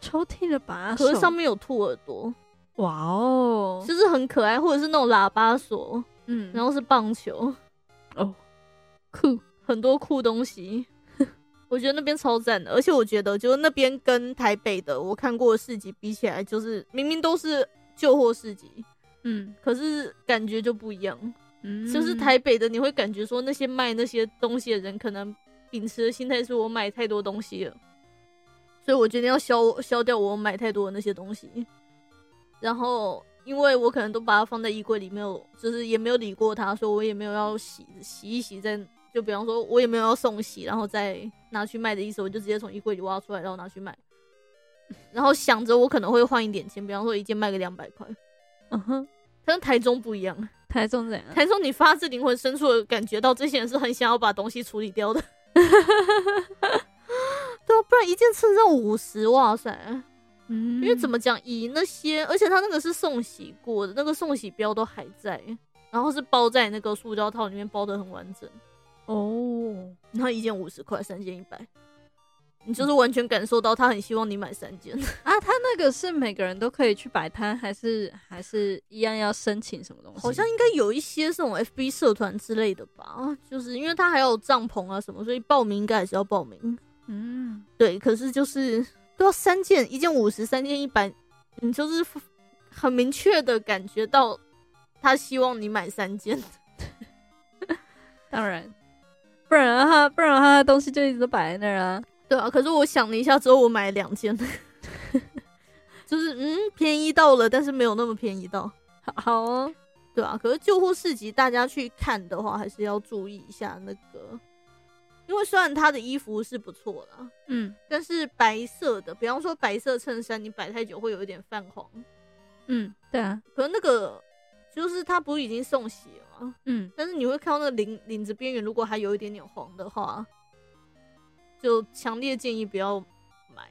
C: 抽屉的把手，
A: 可是上面有兔耳朵，
C: 哇哦，
A: 就是很可爱，或者是那种喇叭锁，
C: 嗯，
A: 然后是棒球，
B: 哦
C: 酷，
A: 很多酷东西。 我觉得那边超赞的，而且我觉得就是那边跟台北的我看过的市集比起来，就是明明都是旧货市集，
C: 嗯
A: 可是感觉就不一样。
C: 嗯
A: 就是台北的，你会感觉说那些卖那些东西的人，可能秉持的心态是我买太多东西了，所以我决定要消消掉我买太多的那些东西。然后，因为我可能都把它放在衣柜里，没有，就是也没有理过它，所以我也没有要洗洗一洗再，就比方说我也没有要送洗，然后再拿去卖的意思，我就直接从衣柜里挖出来，然后拿去卖。然后想着我可能会换一点钱，比方说一件卖个两百块，
C: 嗯哼，
A: 但是台中不一样。
C: 台中怎样？
A: 台中，你发自灵魂深处的感觉到这些人是很想要把东西处理 掉的。对啊，不然一件衬衫五十，哇塞！
C: 嗯
A: 因为怎么讲，以那些，而且他那个是送洗过的，那个送洗标都还在，然后是包在那个塑胶套里面，包的很完整。
C: 哦，
A: 然后一件五十块，三件一百，你就是完全感受到他很希望你买三 件。
C: 啊，他那个是每个人都可以去摆摊，还是还是一样要申请什么东西？
A: 好像应该有一些这种 FB 社团之类的吧，就是因为他还有帐篷啊什么，所以报名应该还是要报名。
C: 嗯，
A: 对，可是就是都要三件，一件五十，三件一百，你就是很明确的感觉到他希望你买三件。
C: 当然，不然的话，不然的话，他东西就一直都摆在那儿啊。
A: 对啊，可是我想了一下之后，我买了两件， 就是嗯，便宜到了，但是没有那么便宜到。
C: 好好哦，
A: 对啊，可是救护市集大家去看的话，还是要注意一下那个，因为虽然他的衣服是不错啦，
C: 嗯
A: 但是白色的，比方说白色衬衫，你摆太久会有一点泛黄。
C: 嗯，对啊，
A: 可是那个就是它不是已经送洗了吗？
C: 嗯，
A: 但是你会看到那个领领子边缘，如果还有一点点黄的话，就强烈建议不要买，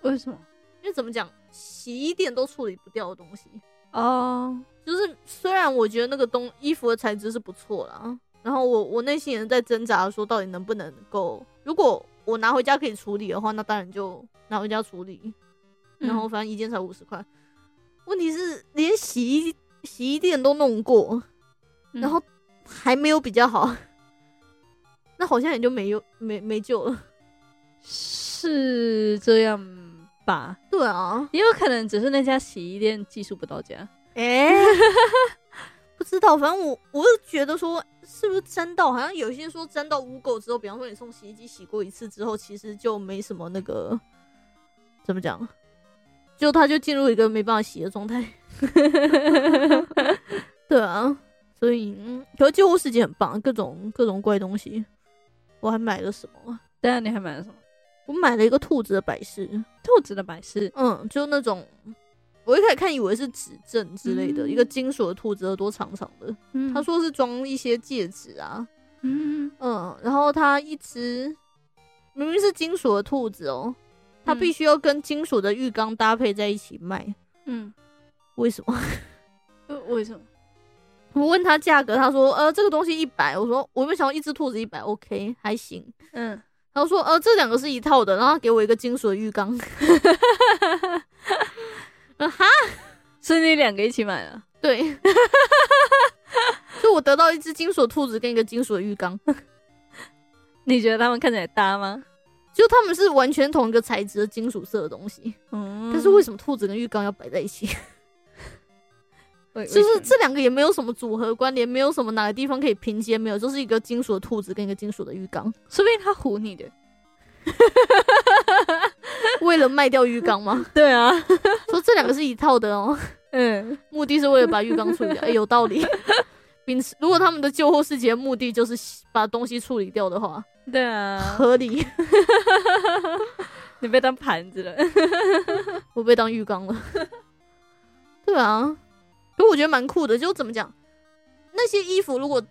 C: 为什么？
A: 因为怎么讲，洗衣店都处理不掉的东西。
C: 哦，
A: 就是虽然我觉得那个东衣服的材质是不错啦，然后我我内心也是在挣扎，说到底能不能够，如果我拿回家可以处理的话，那当然就拿回家处理。
C: 嗯
A: 然
B: 嗯
A: 后反正一件才五十块。问题是连洗衣洗衣店都弄过，
C: 嗯
A: 然后还没有比较好， 那好像也就没有没没救了。
C: 是这样吧？
A: 对啊，
C: 也有可能只是那家洗衣店技术不到家。
A: 哎、不知道，反正我我是觉得说，是不是沾到？好像有些人说沾到污垢之后，比方说你送洗衣机洗过一次之后，其实就没什么那个怎么讲，就它就进入一个没办法洗的状态。 对啊，所以嗯，可是救护世界很棒，各种各种怪东西。我还买了什么啊？
C: 对啊，你还买了什么？
A: 我买了一个兔子的摆饰，
C: 兔子的摆饰。
A: 嗯，就那种我一开始看以为是指针之类的，
C: 嗯
A: 一个金属的兔子，耳朵长长的。
C: 嗯
A: 他，说是装一些戒指啊，
C: 嗯，
A: 嗯，然后他一只明明是金属的兔子哦，它
C: 嗯
A: 必须要跟金属的浴缸搭配在一起卖，
C: 嗯，
A: 为什么？
C: 呃为什么？
A: 我问他价格，他说呃这个东西一百，我说我有没有想到一只兔子一百，OK 还行。
C: 嗯，
A: 然后说呃这两个是一套的，然后他给我一个金属的浴缸，啊哈，
C: 是你两个一起买的。
A: 对，就我得到一只金属的兔子跟一个金属的浴缸，
C: 你觉得他们看起来搭吗？
A: 就他们是完全同一个材质的金属色的东西。
C: 嗯
A: 但是为什么兔子跟浴缸要摆在 一起？
C: 么？
A: 就
C: 为
A: 是
C: 什么
A: 这两个也没有什么组合关联，没有什么哪个地方可以拼接，没有，就是一个 金属的兔子跟一个金属的浴缸。
C: 说不定他唬你的。
A: 了卖掉浴缸 吗？
B: 对啊，
A: 说这两个是一套的哦，
B: 嗯，
A: 目的是为了把浴缸处理掉，哎有 道理。 秉持如果他们的救护事件目的就是把东西处理掉的话，
B: 对啊，
A: 合理。
B: 你被当盘子了，
A: 我被当浴缸了。 对啊，可我觉得蛮酷的。就怎么讲，那些衣服如果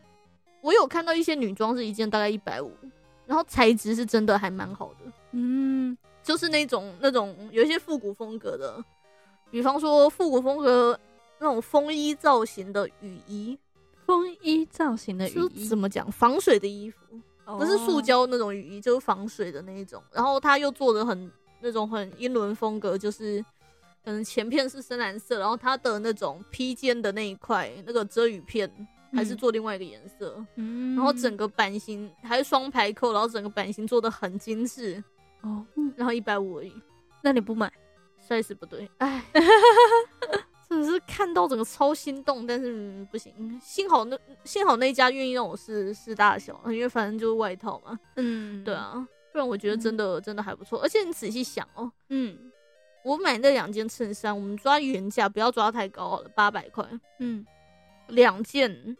A: 我有看到一些女装是一件大概一百五，然后材质是真的还蛮好的，
B: 嗯，
A: 就是那种那种有一些复古风格的，比方说复古风格那种风衣造型的雨衣，
C: 风衣造型的雨
A: 就
C: 衣
A: 怎，么讲防水的衣服，不是塑
B: 哦，
A: 胶那种雨衣，就是防水的那一种。然后它又做的很那种很英伦风格，就是可能前片是深蓝色，然后它的那种披肩的那一块那个遮雨片还是做另外一个颜色，
C: 嗯
A: 然后整个版型还是双排扣，然后整个版型做的很精致，
C: 哦，
A: 然后一百五而已
C: 那你不买？
A: ，size 不对，哎。真的是看到整个超心动，但是、嗯不行，幸好那幸好那一家愿意让我试试大小，因为反正就是外套嘛。
C: 嗯，
A: 对，啊，不然我觉得真的、真的还不错。而且你仔细想哦，
C: 嗯
A: 我买那两件衬衫，我们抓原价，不要抓太高好了，八百块
C: 嗯，
A: 两件，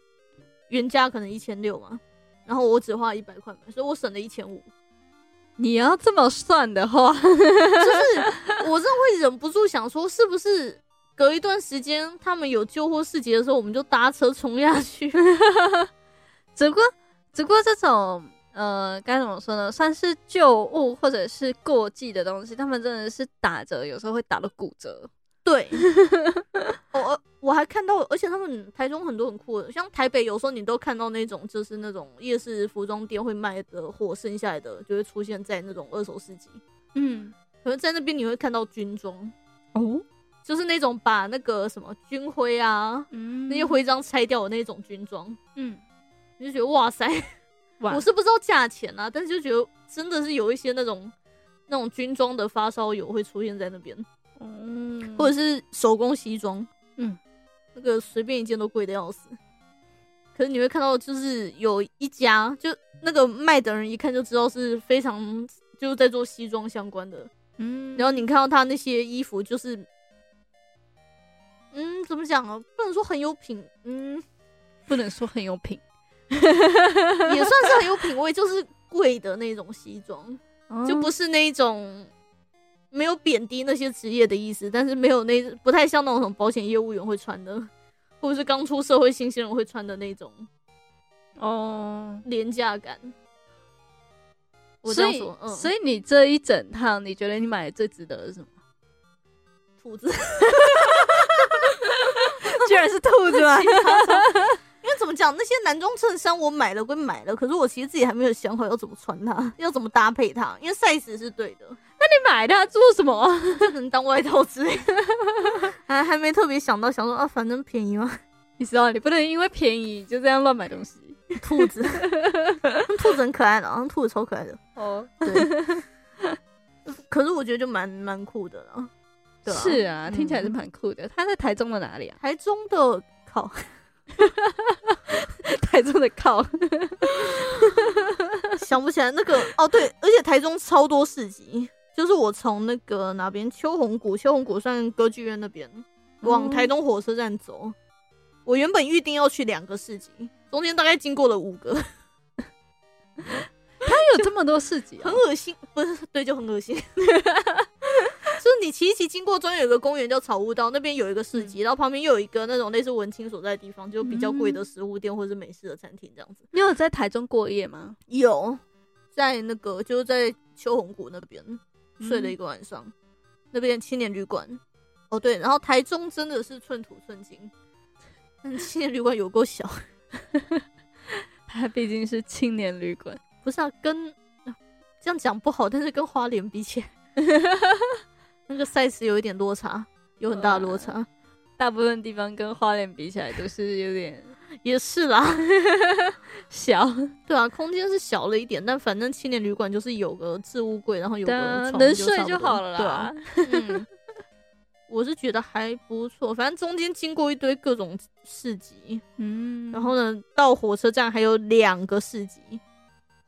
A: 原价可能一千六嘛，然后我只花一百块买，所以我省了一千五。
B: 你要这么算的话，
A: 就是我真的会忍不住想说，是不是隔一段时间他们有旧货市集的时候，我们就搭车冲下去？
C: 只不过只不过这种呃该怎么说呢，算是旧物或者是过季的东西，他们真的是打折，有时候会打到骨折。
A: 对， 我、哦、我还看到，而且他们台中很多很酷的，像台北有时候你都看到那种就是那种夜市服装店会卖的货，剩下来的就会出现在那种二手市集。
C: 嗯，
A: 可是，在那边你会看到军装，
B: 哦，
A: 就是那种把那个什么军徽啊
C: 嗯
A: 那些徽章拆掉的那种军装，
C: 嗯，
A: 你就觉得哇塞，
B: 哇
A: 我是不知道价钱啊，但是就觉得真的是有一些那种那种军装的发烧友会出现在那边。
C: 嗯
A: 或者是手工西装，
C: 嗯，
A: 那个随便一件都贵的要死。可是你会看到，就是有一家，就那个卖的人一看就知道是非常就是在做西装相关的。
C: 嗯，
A: 然后你看到他那些衣服，就是，嗯，怎么讲啊？不能说很有品，嗯，
C: 不能说很有品，
A: 也算是很有品味，就是贵的那种西装，就
C: 哦
A: 不是那一种。没有贬低那些职业的意思，但是没有那不太像那种什么保险业务员会穿的， 或者是刚出社会新鲜人会穿的那种
C: 哦。
A: 廉价感。我这
C: 所
A: 样
C: 以
A: 说，，嗯，
C: 所以你这一整趟，你觉得你买的最值得的是什么？
A: 兔 子，
B: 居然 是兔子
C: 啊
A: 啊
B: 吗？
A: 因为怎么讲，那些男装衬衫我买了归买了，可是我其实自己还没有想好要怎么穿它，要怎么搭配它，因为 size 是对的，
B: 你买它做什么？
A: 就可能当外套 之类的，还还没特别想到，想说啊，反正便宜嘛，
B: 你知道，你不能因为便宜就这样乱买东西。
A: 兔子， 兔子很可爱的，啊，兔子超可爱的，
B: 哦，
A: 对。可是我觉得就蛮蛮酷的了，对啊
B: 是啊，听起来是
A: 嗯
B: 蛮酷的。它在台中的哪里 啊？
A: 台中的靠，
B: 台中的 靠，
A: 想不起来那个哦，对，而且台中超多市集，就是我从那个哪边秋红谷，秋红谷算歌剧院那边，往台中火车站走。我原本预定要去两个市集，中间大概经过了五个，
B: 它有这么多市集 啊
A: 很！恶心，不是对，就很恶心。 就是你骑一骑经过，中间有一个公园叫草悟道，那边有一个市集，然后旁边又有一个那种类似文青所在的地方，就比较贵的食物店或者是美式的餐厅这样子。
C: 你有在台中过夜吗？
A: 有在那个就是在秋红谷那边睡了一个晚上，那边青年旅馆。哦对，然后台中真的是寸土寸金，但青年旅馆有够小，
B: 它毕竟是青年旅馆，
A: 不是啊，跟这样讲不好，但是跟花莲比 起来，那个 size 有一点落差，有很大的落差，
B: 啊大部分地方跟花莲比起来都是有点
A: 也是啦，
B: 小。
A: 对啊，空间是小了一点，但反正青年旅馆就是有个置物柜，然后有
B: 对
A: 个
B: 啊，
A: 床
B: 能睡
A: 差不
B: 就
A: 多
B: 好了
A: 对啊
B: 啦。。
A: 嗯， 我是觉得还不错，反正中间经过一堆各种市集，
B: 嗯，
A: 然后呢，到火车站还有两个市集，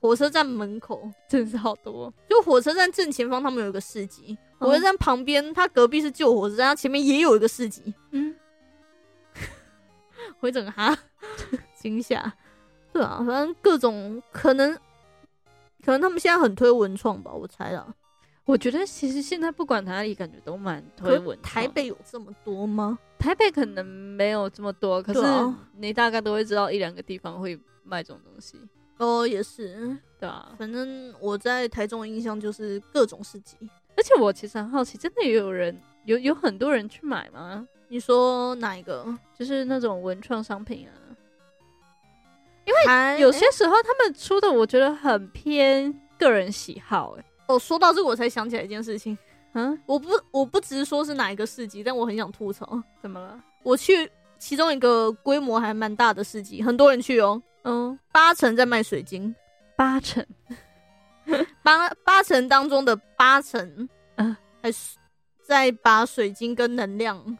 A: 火车站门口
B: 真是好多。
A: 就火车站正前方他们有一个市集，火车站旁边，它隔壁是旧火车站，它前面也有一个市集。
B: 嗯，
A: 回整个哈惊吓，对啊，反正各种可能，可能他们现在很推文创吧，我猜啦。
B: 我觉得其实现在不管哪里，感觉都蛮
A: 可
B: 推
A: 是
B: 文创。
A: 台北有这么多吗？
B: 台北可能没有这么多，可
A: 对
B: 是
A: 啊
B: 你大概都会知道一两个地方会卖这种东西，
A: 哦，也是，
B: 对啊。
A: 反正我在台中的印象就是各种市集。
B: 而且我其实很好奇，真的有人有有很多人去买吗？
A: 你说哪一个？
B: 就是那种文创商品啊，
A: 因为
B: 有些时候他们出的我觉得很偏个人喜好、欸，
A: 哦，说到这个我才想起来一件事情，
B: 嗯，
A: 我不我不直说是哪一个市集，但我很想吐槽，
B: 怎么了？
A: 我去其中一个规模还蛮大的市集，很多人去哦，
B: 嗯，
A: 八成在卖水晶，
B: 八成，
A: 八八成当中的八成，
B: 嗯
A: 还是在把水晶跟能量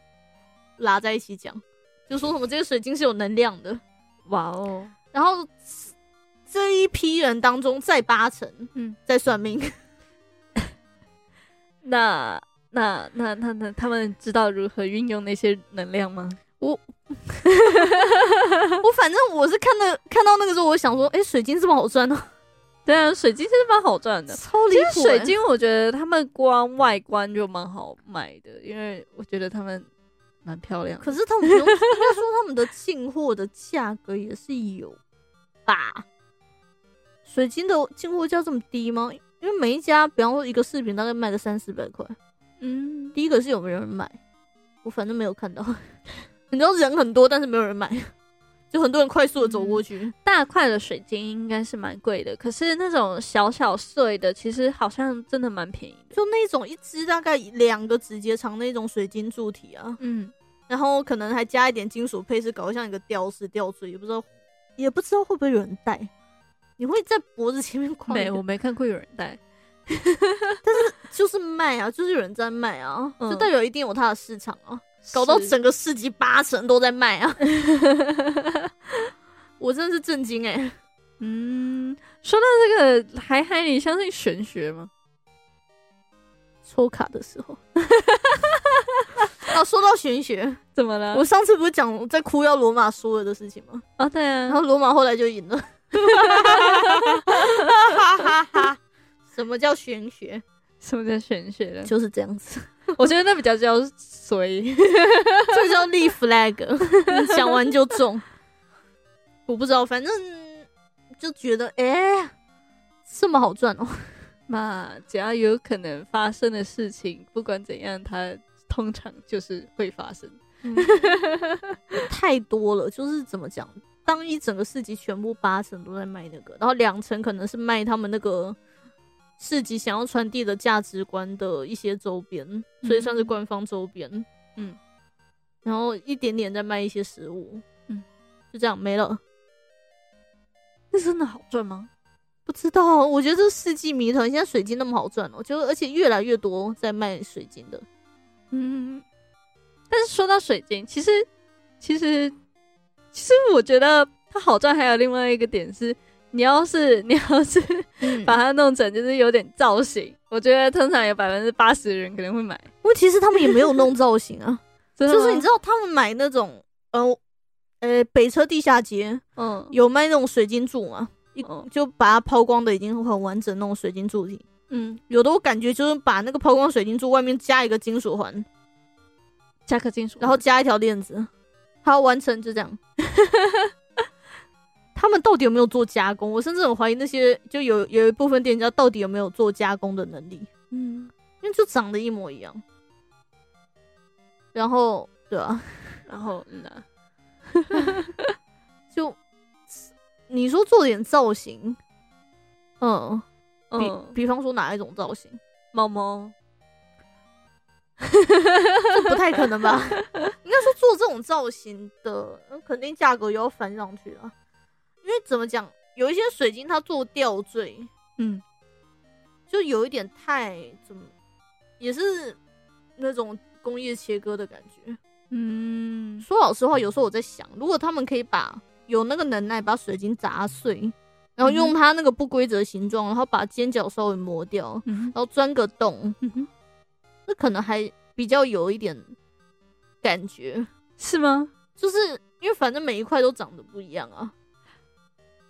A: 拉在一起讲，就说什么这个水晶是有能量的。
B: 哇哦，
A: 然后这一批人当中，再八成，
B: 嗯
A: 嗯，在算命，
B: 那那那那那他们知道如何运用那些能量吗？
A: 我反正我是看到看到那个时候，我想说，哎、水晶这么好赚呢、
B: 对啊，水晶是蛮好赚的。
A: 超离谱、欸
B: 其实水晶，我觉得他们光外观就蛮好卖的，因为我觉得他们蛮漂亮的。
A: 可是他们不用，应该说他们的进货的价格也是有吧？水晶的进货价这么低吗？因为每一家，比方说一个饰品大概卖个三四百块，
B: 嗯，
A: 第一个是有没有人买，我反正没有看到。 你知道人很多，但是没有人买，就很多人快速的走过去。
B: 大块的水晶应该是蛮贵的，可是那种小小碎的，其实好像真的蛮便宜的。
A: 就那种一只大概两个指节长那种水晶柱体啊，
B: 嗯，
A: 然后可能还加一点金属配饰，搞得像一个吊饰吊坠，也不知道也不知道会不会有人戴。你会在脖子前面挂一
B: 没，
A: 个，
B: 我没看过有人戴。
A: 就是卖啊，就是有人在卖啊，
B: 嗯
A: 就代表一定有它的市场啊，搞到
B: 是
A: 整个市集八成都在卖啊，我真的是震惊哎、
B: 嗯，说到这个，海海，你相信玄学吗？
A: 抽卡的时候。啊，说到玄学，
B: 怎么了？
A: 我上次不是讲我在哭要罗马输了的事情吗？
B: 哦，对
A: 然
B: 啊
A: 后，罗马后来就赢了。什么叫玄学？
B: 什么叫玄学呢？
A: 就是这样子，
B: 我觉得那比较叫随。
A: 这叫立 flag，你讲完就中。我不知道，反正就觉得，哎、这么好赚哦、
B: 嘛，只要有可能发生的事情，不管怎样，它通常就是会发生。
A: 太多了，就是怎么讲？当一整个市集全部八成都在卖那个，然后两成可能是卖他们那个市集想要传递的价值观的一些周边，所以算是官方周边。
B: 嗯，
A: 然后一点点在卖一些食物。
B: 嗯，
A: 就这样没了。
B: 那真的好赚吗？
A: 不知道，我觉得这世纪谜团现在水晶那么好赚哦，就而且越来越多在卖水晶的。
B: 嗯，但是说到水晶，其实其实其实我觉得它好赚，还有另外一个点是，你要是 你要是把它弄成就是有点造型，我觉得通常有百分之八十的人可能会买。
A: 因为其实他们也没有弄造型啊，
B: 真的
A: 就是你
B: 吗
A: 知道他们买那种呃呃北车地下街
B: 嗯
A: 有卖那种水晶柱嘛，一
B: 嗯
A: 就把它抛光的已经很完整那种水晶柱体，
B: 嗯，
A: 有的我感觉就是把那个抛光水晶柱外面加一个金属
B: 嗯
A: 环，
B: 加克金属，
A: 然后加一条链子，还要完成就这样。 他们到底有没有做加工？我甚至很怀疑那些就有有一部分店家到底有没有做加工的能力，
B: 嗯，
A: 因为就长得一模一样。然后，对啊，
B: 然后嗯、啊，
A: 就你说做点造型，嗯，比、
B: 嗯，
A: 比方说哪一种造型，
B: 猫猫，
A: 这不太可能吧？应该说做这种造型的，嗯肯定价格也要翻上去啊。因为怎么讲，有一些水晶它做吊坠，
B: 嗯，
A: 就有一点太怎么，也是那种工业切割的感觉。
B: 嗯，
A: 说老实话，有时候我在想，如果他们可以把有那个能耐把水晶砸碎，然后
B: 嗯
A: 用它那个不规则形状，然后把尖角稍微磨掉，
B: 嗯
A: 然后钻个洞，
B: 哼，
A: 可能还比较有一点感觉，
B: 是吗？
A: 就是因为反正每一块都长得不一样啊，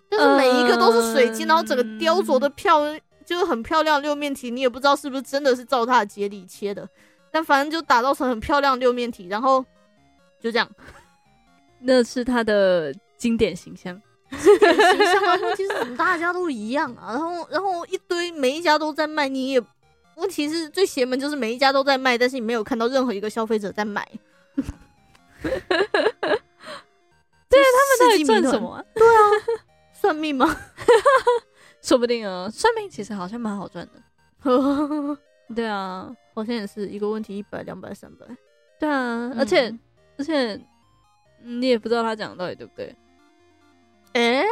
A: 但是每一个都是水晶，然后整个雕琢的漂，就是很漂亮六面体，你也不知道是不是真的是照它的节理切的，但反正就打造成很漂亮六面体，然后就 这样。
B: 那是他的经典形象。
A: 形象啊，问题是怎么大家都一样啊？然后，然后一堆每一家都在卖，你也问题是最邪门就是每一家都在卖，但是你没有看到任何一个消费者在买。
B: 对
A: 他
B: 他到底赚什么？啊？
A: 算命吗？
B: 说不定啊，算命其实好像蛮好赚的。对啊，
A: 好像也是一个问题，一百、两百、三百，
B: 对啊，
A: 嗯
B: 而且而且你也不知道他讲的到底对不对。
A: 哎、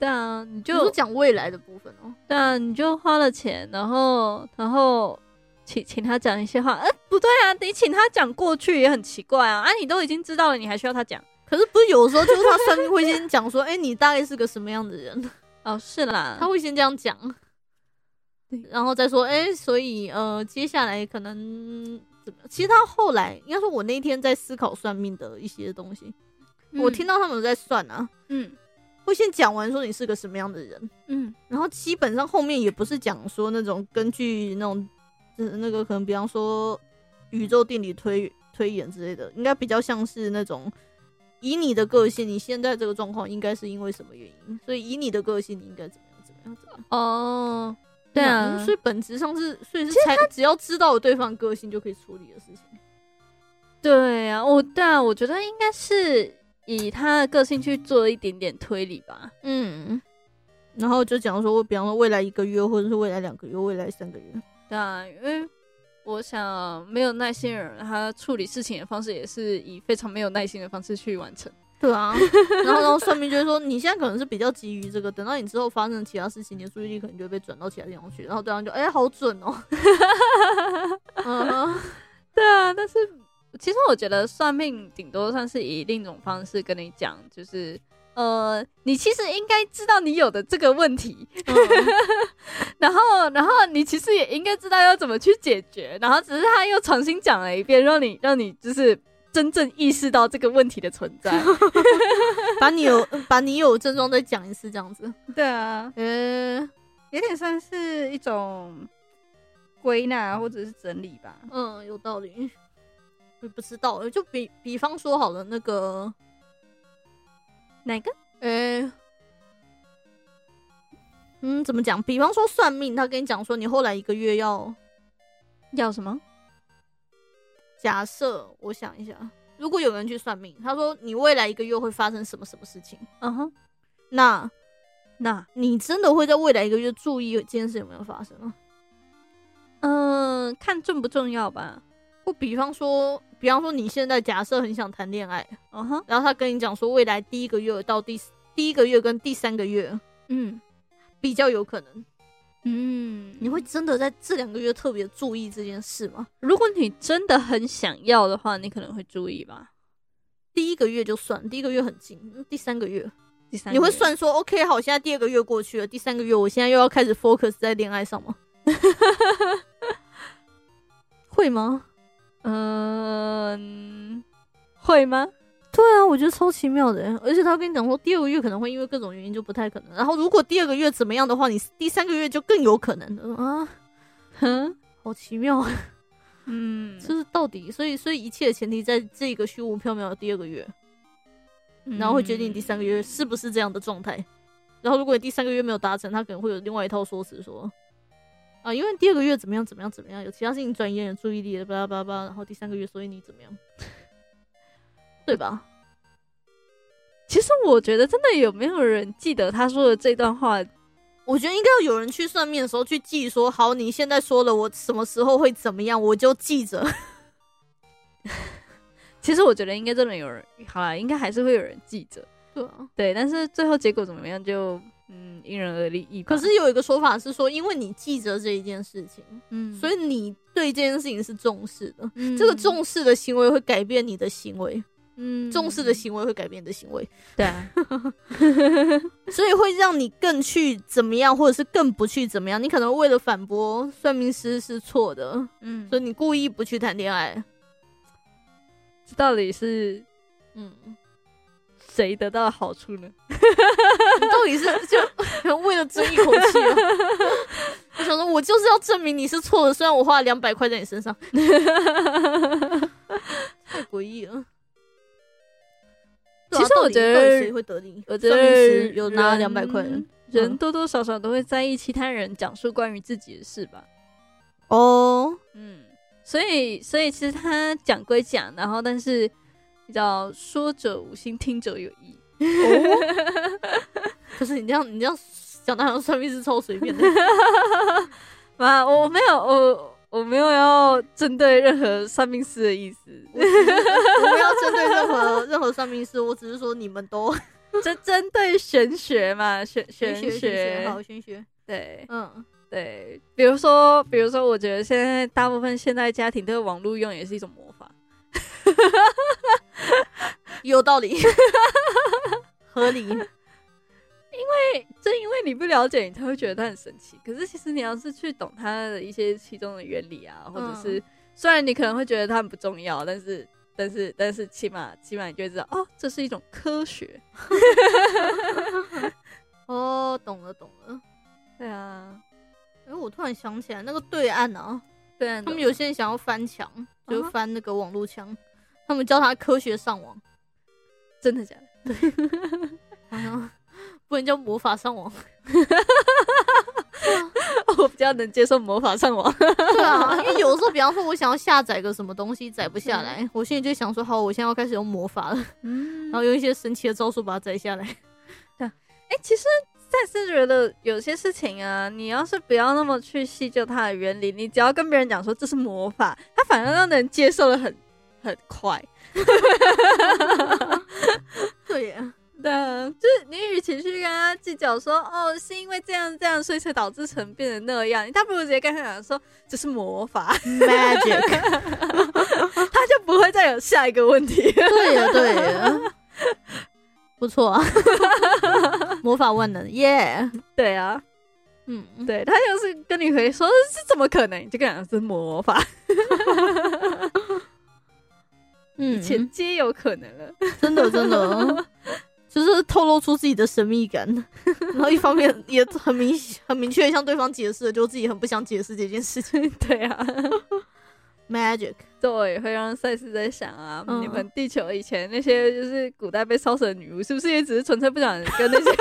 B: 对啊，你
A: 就
B: 就
A: 讲未来的部分哦。
B: 对啊，你就花了钱，然后然后请请他讲一些话。呃，不对啊，你请他讲过去也很奇怪啊。啊，你都已经知道了，你还需要他讲？
A: 可是不是有时候就是他算命会先讲说，哎、 你大概是个什么样的人？
B: 哦，是啦，
A: 他会先这样讲
B: 对，
A: 然后再说，哎、所以呃，接下来可能怎么样？其实他后来应该说，我那天在思考算命的一些东西，我听到他们有在算啊，
B: 嗯
A: 会先讲完说你是个什么样的人，
B: 嗯
A: 然后基本上后面也不是讲说那种根据那种，呃，那个可能比方说宇宙定理推推演之类的，应该比较像是那种以你的个性，你现在这个状况应该是因为什么原因，所以以你的个性，你应该怎么样怎么样怎么样。
B: 哦，对啊
A: 嗯，所以本质上是，所以是才只要知道有对方个性就可以处理的事情。
B: 对啊，我对啊，我觉得应该是以他的个性去做一点点推理吧。
A: 嗯，然后就讲说，我比方说未来一个月，或者是未来两个月，未来三个月，
B: 对啊，因为我想没有耐心的人，他处理事情的方式也是以非常没有耐心的方式去完成。
A: 对啊，然后然后算命就会说，你现在可能是比较急于这个，等到你之后发生其他事情，你的注意力可能就会被转到其他地方去，然后对方就哎、好准哦，嗯哼，
B: 对啊，但是其实我觉得算命顶多算是以另一种方式跟你讲，就是呃，你其实应该知道你有的这个问题，
A: 嗯
B: 然后然后你其实也应该知道要怎么去解决，然后只是他又重新讲了一遍，让你让你就是真正意识到这个问题的存 在。
A: 把你有把你有症状再讲一次这样子，
D: 对啊，
A: 呃、
D: 有点算是一种归纳或者是整理吧。
A: 嗯，有道理。我不知道，就比比方说好了，那个，
B: 哪个？
A: 诶、嗯，怎么讲？比方说算命，他跟你讲说你后来一个月要
B: 要什么？
A: 假设，我想一下，如果有人去算命，他说你未来一个月会发生什么什么事情，
B: 嗯哼，
A: 那
B: 那
A: 你真的会在未来一个月注意这件事有没有发生吗？
B: 嗯、呃看重不重要吧。
A: 或比方说，比方说你现在假设很想谈恋爱，
B: 嗯哼，
A: 然后他跟你讲说未来第一个月到第第一个月跟第三个月，
B: 嗯
A: 比较有可能。
B: 嗯，
A: 你会真的在这两个月特别注意这件事吗？
B: 如果你真的很想要的话，你可能会注意吧。
A: 第一个月就算，第一个月很近，嗯第三个月
B: 第三，
A: 你会算说，OK，好，现在第二个月过去了，第三个月我现在又要开始 focus 在恋爱上吗？ 会吗？
B: 嗯、会吗？
A: 对啊，我觉得超奇妙的，欸而且他跟你讲说，第二个月可能会因为各种原因就不太可能，然后如果第二个月怎么样的话，你第三个月就更有可能嗯啊，
B: 哼，
A: 好奇妙，啊！
B: 嗯，
A: 就是到底，所以所以一切的前提在这个虚无缥缈的第二个月，
D: 嗯
A: 然后会
B: 嗯
A: 决定你第三个月是不是这样的状态。然后如果你第三个月没有达成，他可能会有另外一套说辞说，啊，因为第二个月怎么样怎么样怎么样，有其他事情转移了注意力，巴拉巴拉巴拉，然后第三个月所以你怎么样，对吧？
B: 其实我觉得真的有没有人记得他说的这段话？
A: 我觉得应该要有人去算命的时候去记说，好，你现在说了我什么时候会怎么样，我就记着。
B: 其实我觉得应该真的有人，好啦，应该还是会有人记着，
A: 对啊。
B: 对。但是最后结果怎么样就，嗯，因人而异吧。
A: 可是有一个说法是说，因为你记着这一件事情，
B: 嗯，
A: 所以你对这件事情是重视的，
B: 嗯
A: 这个重视的行为会改变你的行为。
B: 嗯
A: 重视的行为会改变你的行为，
B: 对啊，
A: 所以会让你更去怎么样，或者是更不去怎么样。你可能为了反驳算命师是错的，
E: 嗯
A: 所以你故意不去谈恋爱。
B: 这到底是
A: 嗯，
B: 谁得到好处呢？
A: 你到底是就 为了争一口气、啊？ 我想说，我就是要证明你是错的，虽然我花了两百块在你身上， 太诡异了。对啊
B: 其实我
A: 到底
B: 觉得
A: 到底谁会得利？
B: 我觉得
A: 算命师有拿
B: 人
A: 两百块的
B: 人
A: 嗯
B: 多多少少都会在意其他人讲述关于自己的事吧。
A: 哦，
B: 嗯，所以所以其实他讲归讲，啊然后但是你知道，说者无心，听者有意。
A: 可是你这样，你这样讲的好像算命师超随便的。
B: 啊，我没有，我我没有要针对任何算命师的意思，
A: 我不要针对任何任何算命师，我只是说你们 都
B: 就 针对玄学嘛，玄玄
A: 学学好玄学，
B: 对
A: 嗯，
B: 对，比如说，比如说，我觉得现在大部分现代家庭对网络用也是一种魔法，
A: 有道 理，合理。
B: 对，正因为你不了解，你才会觉得它很神奇。可是其实你要是去懂它的一些其中的原理啊，或者是、虽然你可能会觉得它很不重要，但是但是但是起码起码你就会知道，哦，这是一种科学。
A: 哦，懂了懂了。
B: 对啊，
A: 哎，我突然想起来，那个对岸啊，
B: 对啊，
A: 他们有些人想要翻墙，就
B: 啊哈
A: 翻那个网络墙，他们叫它科学上网，
B: 真的假的？
A: 好像不能叫魔法上网。
B: 我比较能接受魔法上 网。
A: 对啊，因为有的时候，比方说，我想要下载个什么东西，载不下来，我现在就想说，好，我现在要开始用魔法了，
B: 嗯
A: 然后用一些神奇的招数把它载下来。
B: 哎、其实再次觉得有些事情啊，你要是不要那么去细究它的原理，你只要跟别人讲说这是魔法，他反而让人接受的很很快。
A: 对耶，
B: 对啊，就是你与其去跟他计较说哦是因为这样这样，所以才导致成变得那样，你倒不如直接跟他讲说这是魔法，
A: magic，
B: 他 就不会再有下一个问题。
A: 对 呀对呀，不错 啊，魔法万能耶
B: 对啊，
A: 嗯，
B: 对他就是跟你回说这怎么可能，你就跟他讲这是魔法，
A: 嗯
B: 一切皆有可能了。
A: 真的真的，就是透露出自己的神秘 感，然后一方面也很明很明确地向对方解释了，就自己很不想解释这件事情。
B: 对啊，
A: magic，
B: 这我也会让赛斯在想啊，
A: 嗯
B: 你们地球以前那些就是古代被烧死的女巫，是不是也只是纯粹不想跟 那些人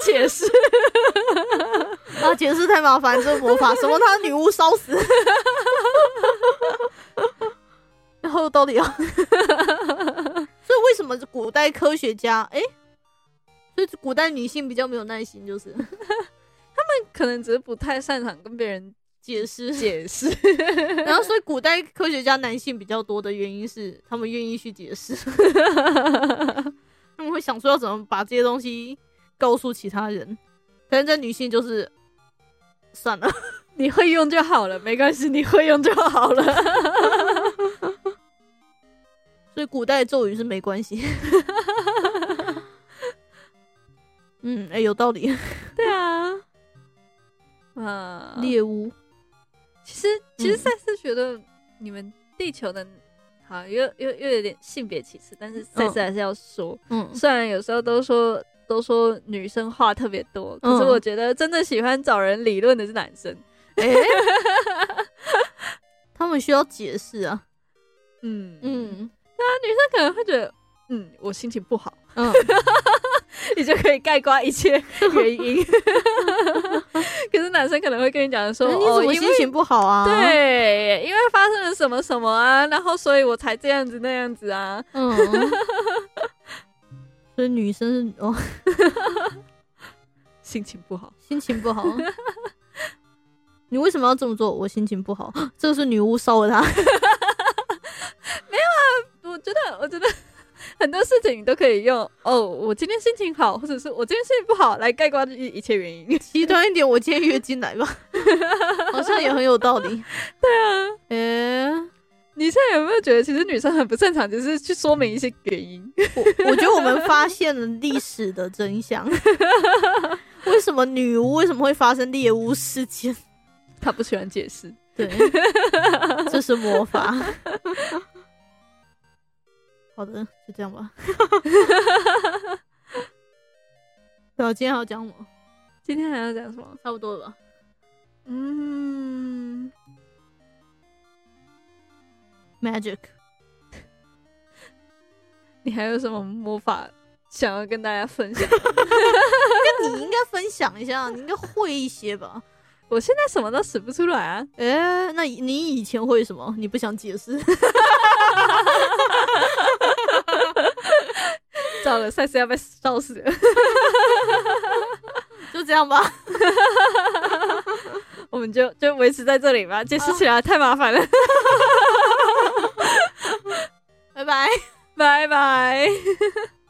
B: 解释？
A: 啊，解释太麻烦，这个魔法什么？他女巫烧死， 然后到底要？所以为什么古代科学家哎、诶所以古代女性比较没有耐心，就是
B: 可能只是不太擅长跟别人
A: 解释。
B: 解释。
A: 然后所以古代科学家男性比较多的原因是他们愿意去解释，他们会想说要怎么把这些东西告诉其他人。但是在女性就是算了，
B: 你会用就好了，没关系，你会用就好了。
A: 所以古代咒语是没关系。嗯，哎、有道理。
B: 对 啊，嗯，
A: 猎巫，
B: 其实其实
A: 嗯
B: 赛斯觉得你们地球的，好又又又有点性别歧视，但是赛斯还是要说，
A: 嗯，
B: 虽然有时候都说都说女生话特别多，可是
A: 嗯
B: 我觉得真的喜欢找人理论的是男生。
A: 哎、他们需要解释啊。
B: 嗯嗯，
A: 嗯
B: 他可能会觉得，嗯，我心情不好，
A: 嗯，
B: 你就可以概括一切原因。 可是男生可能会跟你讲说，
A: 哎你
B: 哦，
A: 怎
B: 因
A: 么
B: 为
A: 心情不好啊？，
B: 对，因为发生了什么什么啊，然后所以我才这样子那样子啊。
A: 嗯，所以女生是哦，
B: 心情不好，
A: 心情 不好。你为什么要这么做？我心情不好。 这个是女巫烧了他。
B: 我觉得，我觉得很多事情你都可以用哦，我今天心情好，或者是我今天心情不好来概括一一切原因。
A: 极端一点，我 今天月经来吧，好像也很有道理。对啊，诶、
B: 你现在有没有觉得，其实女生很不正常，只是去说明一些原因？
A: 我我觉得我们发现了历史的真 相，为什么女巫为什么会发生猎巫事件？
B: 她不喜欢解释。
A: 对，这是魔法。好的，就这样 吧。对啊，今天还要讲什么？
B: 今天还要讲什么？
A: 差不多了吧？
B: 嗯，
A: Magic，
B: 你还有什么魔法想要跟大家分享？
A: 那你应该分享一下，你应该会一些 吧？
B: 我现在什么都使不出来啊！
A: 哎、那你以前会什么？你不想解释？
B: 糟了，赛斯要被烧死了。
A: 就这样吧。
B: 我们就就维持在这里吧，解释起来太麻烦了。
A: 拜拜。
B: 拜拜。